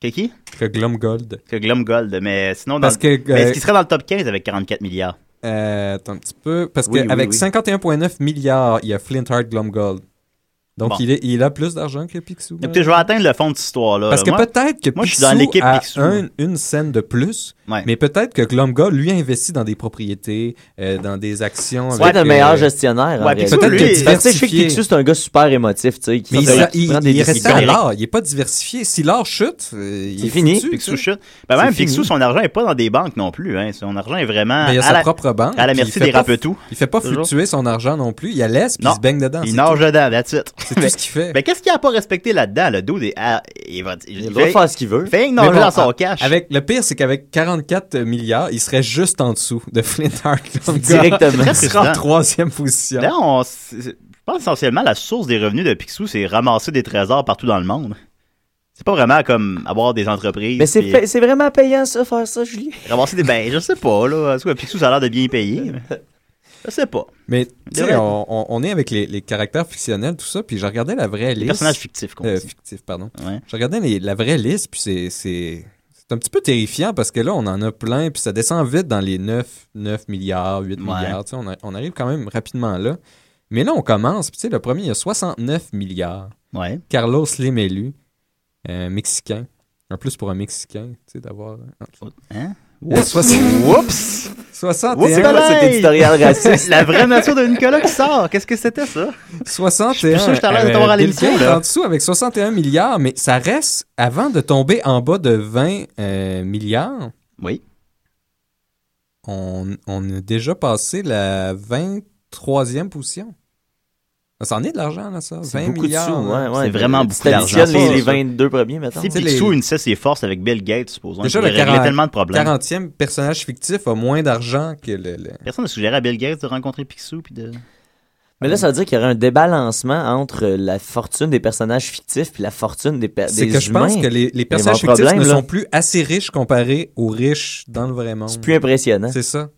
S6: Que qui
S9: Que Glumgold.
S6: Que Glumgold. Mais sinon, dans
S9: Parce que,
S6: le- Ah, ben, mais
S9: euh,
S6: est-ce qu'il serait dans le top 15 avec 44 milliards
S9: Euh, attends un petit peu. Parce
S6: Oui, oui,
S9: qu'avec
S6: oui.
S9: 51,9 milliards, il y a Flint Heart Glumgold. Donc,
S6: Bon.
S9: il, est- il a plus d'argent que Picsou. euh.
S6: Écoutez, je vais atteindre le fond de cette histoire-là.
S9: Parce
S6: là.
S9: que
S6: Moi-
S9: peut-être que
S6: Moi, je suis
S9: Picsou
S6: dans l'équipe
S9: a
S6: Picsou.
S9: un- une scène de plus,
S6: Ouais.
S9: mais peut-être que Glumga lui investit dans des propriétés, euh, dans des actions.
S8: C'est
S9: avec,
S8: peut-être le meilleur
S9: euh,
S8: gestionnaire. en
S9: Ouais, Picsou,
S8: réalité.
S9: lui,
S8: Peut-être que-
S9: il-
S8: parce que je sais que
S9: diversifié.
S8: Picsou, c'est un gars super émotif, tu sais, qui
S9: Mais il,
S8: prend-
S9: a-
S8: qui
S9: il,
S8: prend des
S9: il est resté
S8: décisions.
S9: à l'or, il n'est pas diversifié. Si l'or chute, euh, il
S8: C'est
S9: est
S8: fini.
S9: foutu,
S6: Picsou
S9: tu sais.
S6: chute. Ben même
S9: C'est fini.
S6: Picsou, son argent n'est pas dans des banques non plus. Hein. Son argent est vraiment
S9: Mais il a
S6: à
S9: sa
S6: la-
S9: propre banque.
S6: À la
S9: puis
S6: merci
S9: il fait
S6: des
S9: pas-
S6: rapetous.
S9: Il fait pas
S6: Toujours.
S9: fluctuer son argent non plus. Il la laisse puis
S6: Non.
S9: il se baigne dedans.
S6: Il
S9: Ah,
S6: nage
S9: c'est tout.
S6: dedans, that's it.
S9: C'est tout ce qu'il fait.
S6: Mais Ben, qu'est-ce qu'il a pas respecté là-dedans, le dos des. ah, il va dire.
S9: doit faire ce qu'il
S8: veut.
S6: Fait
S9: Mais
S6: non,
S9: bon,
S6: dans son
S9: a-
S6: cash.
S9: Avec, le pire, c'est qu'avec 44 milliards, il serait juste en dessous de Flint Heartland.
S6: Directement.
S9: Il serait en troisième position.
S6: Là, Ben, on s- je pense essentiellement la source des revenus de Picsou, c'est ramasser des trésors partout dans le monde. C'est pas vraiment comme avoir des entreprises.
S8: Mais c'est
S6: puis
S8: fait- c'est vraiment payant, ça, faire ça, Julien.
S6: Ramasser des. Ben, je sais pas, là. En tout cas, Picsou, ça a l'air de bien payer. mais Je sais pas.
S9: Mais tu sais,
S6: Devrait-
S9: on, on- on est avec les, les caractères fictionnels, tout ça, puis je regardais la vraie liste.
S6: personnages fictifs, qu'on
S9: Euh,
S6: dit.
S9: fictifs, pardon. Je regardais les- la vraie liste, puis c'est, c'est, c'est un petit peu terrifiant parce que là, on en a plein, puis ça descend vite dans les 9, 9 milliards, 8 milliards. tu sais, On, a- on arrive quand même rapidement là. Mais là, on commence, puis tu sais, le premier, il y a 69 milliards.
S6: Ouais.
S9: Carlos Lemelu, euh, Mexicain. En plus, pour un Mexicain, tu sais, d'avoir...
S6: Hein?
S9: Euh, soixante-
S6: Oups!
S10: Ah,
S9: 61.
S6: Oups, balaye! La vraie nature de Nicolas qui sort. Qu'est-ce que c'était, ça? Je
S9: 61.
S6: suis sûr que je t'en
S8: Eh
S6: ai
S8: ben,
S9: Euh,
S6: d'avoir à
S9: Bill
S6: l'émission,
S9: Gates
S6: là.
S9: en dessous avec 61 milliards, mais ça reste avant de tomber en bas de 20 euh, milliards.
S6: Oui.
S9: On, on a déjà passé la 23e position. Ça en est de l'argent, là, ça. 20
S8: C'est beaucoup de
S9: milliards.
S8: sous,
S9: là.
S8: ouais, ouais.
S6: C'est vraiment
S8: Tu
S6: beaucoup d'argent.
S8: t'additionnes les- les 22 premiers, mettons.
S6: Si
S9: Tu sais,
S6: Picsou
S9: les-
S6: unissait ses forces avec Bill Gates, supposons, il
S9: Déjà,
S6: pourrait
S9: le
S6: régler
S9: 40
S6: tellement de problèmes.
S9: 40e personnage fictif a moins d'argent que le. le-
S6: Personne n'a suggéré à Bill Gates de rencontrer Picsou puis de.
S8: Mais là, ça veut dire qu'il y aurait un débalancement entre la fortune des personnages fictifs puis la fortune des, per-
S9: C'est
S8: Ah, des
S9: que je
S8: humains.
S9: pense que les, les
S8: Mais mon
S9: personnages fictifs
S8: problème,
S9: ne
S8: là,
S9: sont plus assez riches comparés aux riches dans le vrai monde.
S8: C'est plus impressionnant.
S9: C'est ça.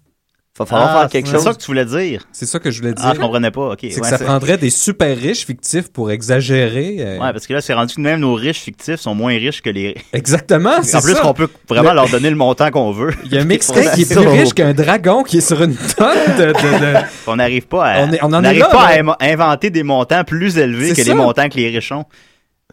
S8: Va falloir faire quelque chose.
S6: Ah, C'est ça que tu voulais dire.
S9: C'est ça que je voulais dire.
S6: Ah, je comprenais pas. Ok.
S9: C'est que
S6: Ouais,
S9: ça
S6: c'est-
S9: prendrait des super riches fictifs pour exagérer. euh,
S6: Ouais, parce que là, c'est rendu que même nos riches fictifs sont moins riches que les.
S9: Exactement, c'est
S6: En plus,
S9: ça.
S6: on peut vraiment
S9: Le-
S6: leur donner le montant qu'on veut.
S9: Il y a un Mexicain qui est plus riche qu'un dragon qui est sur une tonne de. de- de-
S6: On n'arrive pas à,
S9: On est- on en
S6: on
S9: est
S6: n'arrive
S9: là,
S6: pas à
S9: là.
S6: im- inventer des montants plus élevés
S8: C'est
S6: que
S8: ça.
S6: les montants que les riches ont.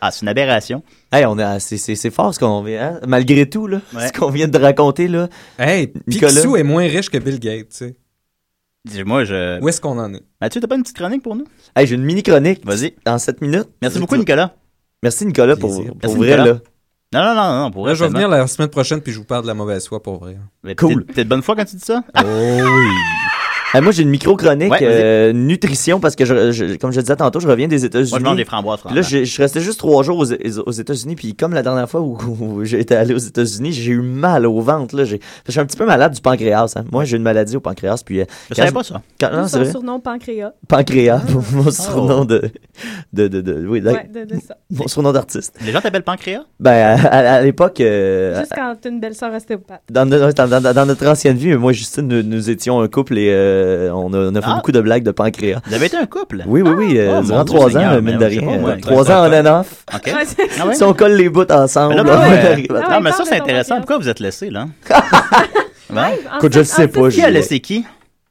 S6: Ah, c'est une aberration.
S8: Hey, on est à- c'est- c'est c'est fort ce qu'on vient, hein? malgré tout, là,
S6: Ouais.
S8: ce qu'on vient de raconter. Là.
S9: Hey, Picsou est moins riche que Bill Gates, tu sais.
S6: Dis-moi, je.
S9: Où est-ce qu'on en est?
S6: Mathieu, t'as pas une petite chronique pour nous?
S8: Hey, j'ai une mini chronique.
S6: Vas-y.
S8: En 7 minutes.
S6: Merci beaucoup, Nicolas.
S8: Merci, Nicolas, pour, pour
S6: Merci,
S8: vrai.
S6: Nicolas.
S8: Là.
S6: Non, non, non, non, pour
S9: Là,
S6: vrai.
S9: je vais
S6: tellement.
S9: venir la semaine prochaine puis je vous parle de la mauvaise foi pour vrai.
S6: Mais
S8: Cool.
S6: T'es t'es de bonne foi quand tu dis ça?
S9: Oh oui.
S8: Hey, Eh, moi, j'ai une micro-chronique
S6: Ouais, vas-y.
S8: euh, nutrition parce que, je, je- comme je disais tantôt, je reviens des États-Unis.
S6: Moi, je mange des framboises,
S8: Puis Là,
S6: franchement.
S8: je, je restais juste trois jours aux, aux États-Unis. Puis comme la dernière fois où, où j'étais allé aux États-Unis, j'ai eu mal au ventre. Là. J'ai- Je suis un petit peu malade du pancréas. hein. Moi, j'ai une maladie au pancréas. Puis, euh,
S6: Je
S8: quand
S6: savais pas ça.
S8: quand- non,
S11: D'où
S8: c'est
S11: son
S8: vrai.
S11: surnom pancréas.
S8: Pancréas, mon surnom de, de, de, de- oui, de-
S11: Ouais, de- de ça.
S8: mon surnom d'artiste.
S6: Les gens t'appellent Pancréas?
S8: Ben, à, à- à l'époque, euh,
S11: Juste quand t'as une belle sœur ostéopathe.
S8: dans, no- dans- dans- dans notre ancienne vie, moi et Justine, nous, nous étions un couple et euh, on a, on a fait
S6: Ah.
S8: beaucoup de blagues de pancréas.
S6: Vous avez été un couple?
S8: Oui, oui, oui, euh,
S6: oh, mon
S8: durant
S6: Dieu
S8: trois
S6: Seigneur,
S8: ans,
S6: mais
S8: mine de
S6: je sais
S8: rien.
S6: pas, moi,
S8: euh, Trois ans en and off.
S6: OK. Ah ouais?
S8: Si on colle les bouts ensemble,
S6: Mais là, pourquoi,
S8: on
S6: euh,
S8: arrive à-
S6: non, mais ça, c'est intéressant. Pourquoi vous êtes laissé, là? ben, Bon.
S8: Écoute, je le sais pas.
S6: Ah, Qui a laissé qui?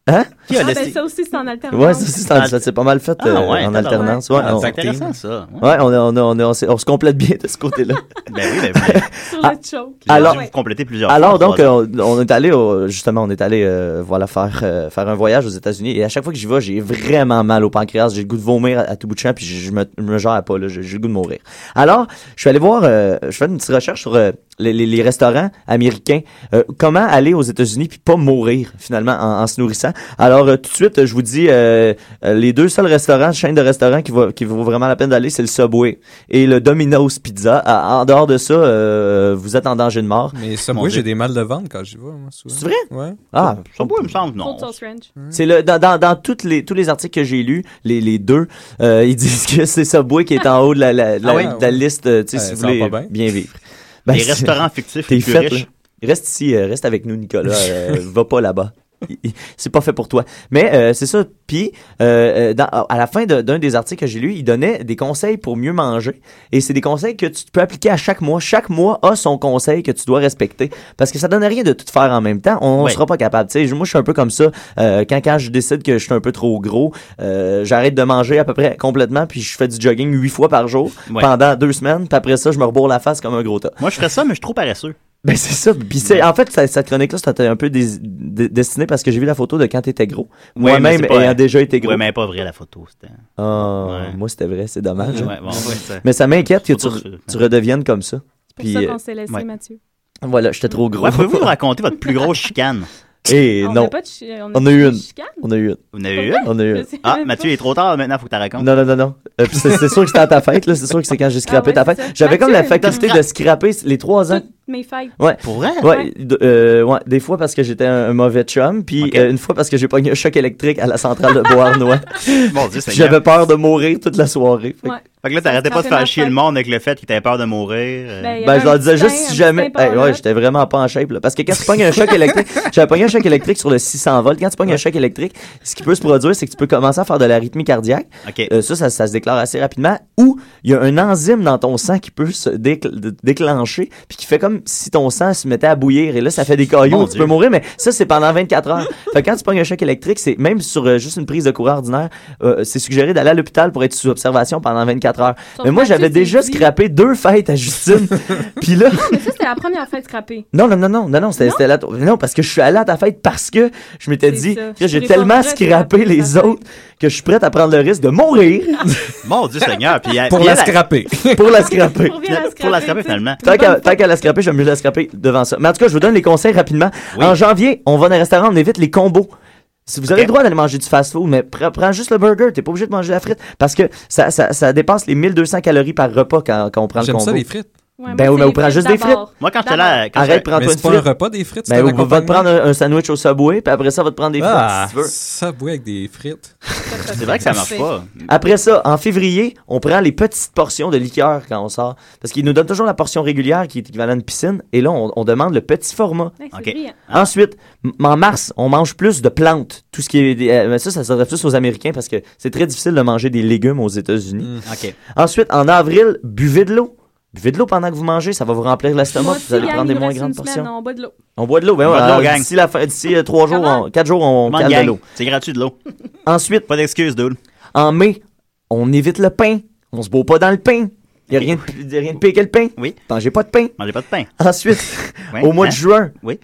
S8: Hein?
S6: Qui a
S11: Ah,
S6: laissé?
S11: ben ça aussi, c'est
S6: euh,
S11: en alternance.
S8: Ouais, ça, c'est- c'est en- ça s'est pas mal fait
S6: Ah,
S8: euh,
S6: ouais,
S8: en
S6: t'as
S8: alternance.
S6: raison.
S8: Ouais,
S6: Ah,
S8: on-
S6: c'est intéressant, ça. Ouais.
S8: Ouais, on, a- on, a- on, a- on s'est- on se complète bien de ce côté-là.
S6: Ben oui, ben oui.
S11: Sur le choke.
S6: J'ai
S8: Alors,
S6: dû vous compléter plusieurs
S8: alors
S6: fois,
S8: donc,
S6: trois ans.
S8: euh, on, on est allé, au- justement, on est allé euh, voilà, faire, euh, faire un voyage aux États-Unis. Et à chaque fois que j'y vais, j'ai vraiment mal au pancréas. J'ai le goût de vomir à, à tout bout de champ, puis je, je me, je me gère pas. là. J'ai j'ai le goût de mourir. Alors, je suis allé voir, euh, je fais une petite recherche sur euh, les, les- les restaurants américains. Euh, comment aller aux États-Unis puis pas mourir, finalement, en, en se nourrissant. Alors, euh, tout de suite, je vous dis, euh, euh, les deux seuls restaurants, chaînes de restaurants qui, va- qui vaut vraiment la peine d'aller, c'est le Subway et le Domino's Pizza. À- en dehors de ça, euh, vous êtes en danger de mort.
S9: Mais ça, moi, j'ai des mal de ventre quand j'y vais, moi, souvent.
S8: C'est vrai?
S9: Ouais.
S8: Ah.
S6: Son bois, il me semble, non.
S11: Cold sauce ranch.
S8: C'est le dans, dans, dans toutes les tous les articles que j'ai lus, les, les deux, euh, ils disent que c'est Subway qui est en haut de la, la, la,
S6: Ah ouais?
S8: de la liste, euh, tu sais, si
S9: Ouais,
S8: vous
S9: ça va
S8: voulez
S9: pas
S8: bien.
S9: bien.
S8: vivre.
S6: Les
S8: Ben, c'est-
S6: restaurants fictifs
S8: t'es
S6: les plus
S8: fait,
S6: riches.
S8: là. Reste ici, euh, reste avec nous, Nicolas. euh, va pas là-bas. Il- il- C'est pas fait pour toi. Mais euh, c'est ça. Puis, euh, euh, dans- à la fin de- d'un des articles que j'ai lu, il donnait des conseils pour mieux manger. Et c'est des conseils que tu peux appliquer à chaque mois. Chaque mois a son conseil que tu dois respecter. Parce que ça donne rien de tout faire en même temps. On
S6: Ouais.
S8: sera pas capable. Tu sais, moi, je suis un peu comme ça. Euh, quand, quand je décide que je suis un peu trop gros, euh, j'arrête de manger à peu près complètement. Puis, je fais du jogging huit fois par jour
S6: Ouais.
S8: pendant deux semaines. Puis après ça, je me rebourre la face comme un gros tas.
S6: Moi, je ferais ça, mais je suis trop paresseux.
S8: Ben c'est ça. Puis c'est- en fait, ça- cette chronique-là, c'était un peu dés- dé- destiné parce que j'ai vu la photo de quand t'étais gros.
S6: Ouais, mais
S8: Moi-même
S6: c'est pas-
S8: ayant déjà été gros.
S6: Ouais, mais pas vrai, la photo. C'était...
S8: Ah, Moi, c'était vrai, c'est dommage. hein.
S6: Ouais, bon, ouais, ça-
S8: mais ça m'inquiète que tu,
S6: Surtout que-
S8: tu redeviennes comme ça.
S11: C'est pour ça qu'on
S8: euh,
S11: s'est laissé,
S8: ouais.
S11: Mathieu.
S8: Voilà, j'étais trop gros.
S6: Ouais, pouvez-vous nous raconter votre plus grosse chicane?
S8: Eh
S11: On
S8: non.
S11: a pas de chi- on a
S8: on
S11: pas
S8: a
S11: de
S8: eu une.
S11: chicane?
S8: On a eu une.
S6: Vous en avez eu
S8: On a eu une. Ah,
S6: Ah, Mathieu, il est trop tard maintenant, faut que tu racontes.
S8: Non, non, non, non. Euh, puis c'est c'est sûr que c'était à ta fête, là. C'est sûr que c'est quand j'ai scrappé
S11: Ah ouais,
S8: ta
S11: c'est
S8: fête.
S11: ça.
S8: J'avais comme la
S11: Mathieu,
S8: faculté
S11: t'as
S8: de scrapper les trois ans.
S11: Mes fêtes. ben,
S8: Ouais.
S11: Ouais.
S8: Ouais, de- euh, ouais, des fois parce que j'étais un, un mauvais chum, puis euh, une fois parce que j'ai pogné un choc électrique à la centrale de Beauharnois.
S6: Mon Dieu,
S8: Puis
S6: Seigneur.
S8: J'avais peur de mourir toute la soirée. Fait que-
S6: Fait que là, t'arrêtais pas de faire chier le monde avec le fait qu'il t'avait peur de mourir. euh.
S8: Ben, je leur disais juste si jamais. Hey, ouais, j'étais vraiment pas en shape, là. Parce que quand tu pognes un choc électrique, j'avais pogné un choc électrique sur le 600 volts. Quand tu pognes un choc électrique, ce qui peut se produire, c'est que tu peux commencer à faire de l'arythmie cardiaque. Euh, ça, ça, ça se déclare assez rapidement. Ou il y a un enzyme dans ton sang qui peut se décl- dé- déclencher, puis qui fait comme si ton sang se mettait à bouillir. Et là, ça fait des cailloux.
S6: Mon
S8: tu
S6: Dieu.
S8: peux mourir, mais ça, c'est pendant 24 heures. fait que quand tu pognes un choc électrique, c'est même sur euh, juste une prise de courant ordinaire, euh, c'est suggéré d'aller à l'hôpital pour être sous observation pendant 24 heures.
S11: Sauf
S8: mais moi,
S11: que Mathieu,
S8: j'avais
S11: c'est
S8: déjà
S11: dit-
S8: scrappé deux fêtes à Justine. puis là.
S11: Mais ça, c'était la première fête scrappée.
S8: Non, non, non, non, non, non, c'était c'était là. Non, parce que je suis allé à ta fête parce que je m'étais dit
S11: ça.
S8: que
S11: Je
S8: j'ai
S11: serais pas
S8: tellement
S11: prête à
S8: scrappé les autres que je suis prête à prendre le risque de mourir.
S6: Mon Dieu Seigneur. Puis, elle-
S8: Pour
S6: puis
S8: la
S6: elle, elle-
S8: scraper. Pour la scraper.
S6: Pour la scraper, Pour la scraper, finalement.
S8: Tant qu'à tant qu'à la scraper, j'aime mieux la scraper devant ça. Mais en tout cas, je vous donne les conseils rapidement. En janvier, on va dans un restaurant, on évite les combos. Si vous avez le droit d'aller manger du fast-food, mais pre- prends juste le burger, t'es pas obligé de manger la frite parce que ça, ça, ça dépasse les 1200 calories par repas quand, quand on prend le
S9: J'aime
S8: combo.
S9: ça, les frites.
S11: Ouais, moi,
S8: ben oui,
S11: c'est
S8: mais on
S11: les
S8: prend
S11: frites
S8: juste des frites.
S11: d'abord. Moi, quand j'étais là, quand
S8: arrête,
S9: j'étais-
S8: prends-toi
S9: Mais
S8: une
S9: c'est pas
S8: frite.
S9: un repas, des frites, c'est
S8: Ben,
S9: un
S8: on va te prendre un, un sandwich au Subway, puis après ça, on va te prendre des frites
S9: Ah,
S8: si tu veux.
S9: ça boue avec des frites.
S6: C'est vrai que ça marche pas.
S8: Après ça, en février, on prend les petites portions de liqueur quand on sort. Parce qu'ils nous donnent toujours la portion régulière qui est équivalente à une piscine. Et là, on, on demande le petit format.
S11: Hey, c'est brillant.
S8: Ensuite, m- en mars, on mange plus de plantes. Tout ce qui est. des- euh, mais ça, ça s'adresse plus aux Américains parce que c'est très difficile de manger des légumes aux États-Unis.
S6: OK.
S8: Ensuite, en avril, buvez de l'eau. Buvez de l'eau pendant que vous mangez, ça va vous remplir
S11: Moi
S8: l'estomac.
S11: aussi,
S8: Vous allez
S11: Yann,
S8: prendre des
S11: il me
S8: moins
S11: reste
S8: grandes
S11: une semaine,
S8: portions.
S11: On boit de l'eau.
S8: On boit de l'eau, ben
S6: On boit de
S8: ouais,
S6: l'eau, gang.
S8: D'ici la fin- d'ici, euh, trois jours, on- quatre jours, on
S6: Demande
S8: cale de
S6: gang.
S8: l'eau.
S6: C'est gratuit de l'eau.
S8: Ensuite,
S6: pas d'excuses, dude.
S8: En mai, on évite le pain. On se boit pas dans le pain. Il n'y a rien de, plus- y a rien de pire que le pain.
S6: Oui.
S8: Mangez pas de pain.
S6: Mangez pas de pain.
S8: Ensuite,
S6: Ouais,
S8: au mois
S6: hein?
S8: de juin,
S6: Oui.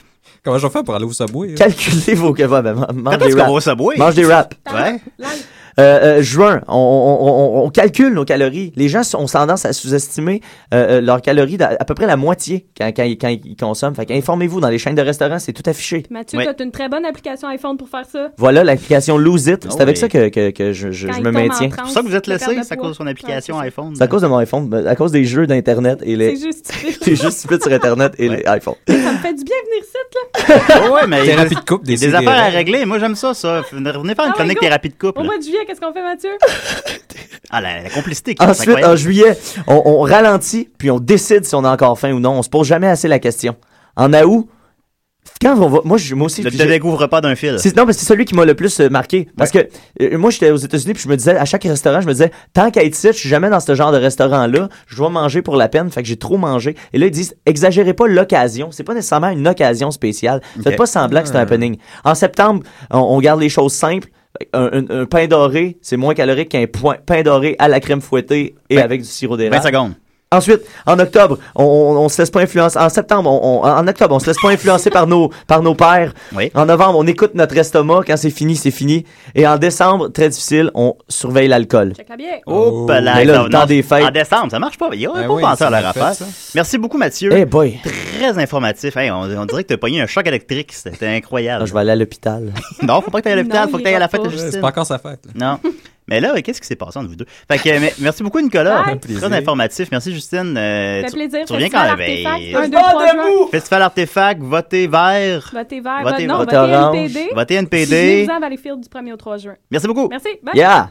S9: Comment je vais faire pour aller au Subway?
S8: calculez vos que ouais, ben, man- mange
S6: Quand est-ce
S8: des
S6: qu'on
S8: wraps.
S6: va au Subway?
S8: Mange des wraps.
S6: Ouais.
S8: Euh, euh, juin, on, on- on- on calcule nos calories. Les gens ont tendance à sous-estimer euh, euh, leurs calories d'à- à peu près la moitié quand, quand ils- quand ils consomment. Fait informez-vous, dans les chaînes de restaurants, c'est tout affiché.
S11: Mathieu,
S8: Ouais.
S11: t'as une très bonne application iPhone pour faire ça.
S8: Voilà l'application Lose It. C'est
S6: Ah
S8: avec
S6: oui.
S8: ça que, que- que je, je-
S11: Quand
S8: je
S11: il
S8: me
S11: tombe en
S8: maintiens.
S11: transe,
S6: C'est pour ça que vous êtes
S11: la perte
S6: laissé,
S11: de
S6: c'est à
S11: poids.
S6: cause de son application
S11: Ouais,
S6: iPhone.
S8: C'est à cause de mon iPhone, ben, à cause des jeux d'Internet et les.
S11: C'est juste stupide.
S8: C'est juste stupide sur Internet et les iPhones.
S11: Ça me fait du bien venir ici, là.
S6: Oh, ouais, mais
S8: Thérapie
S6: il-
S8: de couple,
S6: il y a
S8: des
S6: des affaires à
S8: idées.
S6: régler. Moi, j'aime ça, ça. Venez faire une
S11: Ah,
S6: chronique
S11: my God.
S6: thérapie de couple.
S11: Au mois de juillet, qu'est-ce qu'on fait, Mathieu?
S6: Ah, la, la complicité. qui- c'est
S8: Ensuite, en
S6: incroyable.
S8: juillet, on, on ralentit, puis on décide si on a encore faim ou non. On se pose jamais assez la question. En août, quand on va. Moi, je- moi aussi.
S6: Ne
S8: j'ai-
S6: te découvre pas d'un fil.
S8: C'est, non, mais c'est celui qui m'a le plus euh, marqué. Parce que euh, moi, j'étais aux États-Unis, puis je me disais, à chaque restaurant, je me disais, tant qu'à être ici, je suis jamais dans ce genre de restaurant-là. Je dois manger pour la peine, fait que j'ai trop mangé. Et là, ils disent, exagérez pas l'occasion. C'est pas nécessairement une occasion spéciale. Faites pas semblant que
S6: Ah.
S8: c'est un happening. En septembre, on, on garde les choses simples. Un, un- un pain doré, c'est moins calorique qu'un point- pain doré à la crème fouettée et
S6: Ben,
S8: avec du sirop d'érable.
S6: 20 secondes.
S8: Ensuite, en octobre, on, on, on se laisse pas influencer. En septembre, on, on- en octobre, on se laisse pas influencer par nos par nos pères. En novembre, on écoute notre estomac. Quand c'est fini, c'est fini. Et en décembre, très difficile, on surveille l'alcool.
S11: Check la bière.
S6: Oh,
S8: Mais
S6: là,
S8: là,
S6: non,
S8: le temps
S6: non,
S8: des fêtes.
S6: En décembre, ça marche pas. Il n'y a
S8: Ben
S6: pas
S8: oui,
S6: pensé
S8: ça
S6: à leur
S8: m'a fait
S6: affaire.
S8: ça.
S6: Merci beaucoup, Mathieu.
S8: Eh boy.
S6: Très informatif. Hey, on, on dirait que t'as pogné un choc électrique. C'était incroyable.
S8: je vais aller à l'hôpital.
S6: non, faut pas que t'ailles à l'hôpital.
S9: Non,
S6: Faut que
S9: il
S6: t'ailles à
S9: ira
S6: la fête
S9: pas.
S6: de Justine.
S9: C'est pas encore sa fête,
S6: Non. Mais là, qu'est-ce qui s'est passé entre vous deux? Fait que, mais- merci beaucoup, Nicolas.
S9: Bye. Un plaisir.
S6: Très informatif. Merci, Justine. Euh,
S11: Ça fait
S6: tu-
S11: plaisir.
S6: Tu reviens
S11: Festival
S6: quand même.
S11: Artefact, un, deux, trois juin.
S6: Festival Artefact, votez vert.
S11: Votez vert,
S6: Votez
S11: vote- non,
S6: vert.
S11: votez NPD.
S6: Votez
S11: Puis venez-vous-en
S6: NPD.
S11: à Valleyfield du 1er au 3 juin.
S6: Merci beaucoup.
S11: Merci. Bye.
S6: Yeah.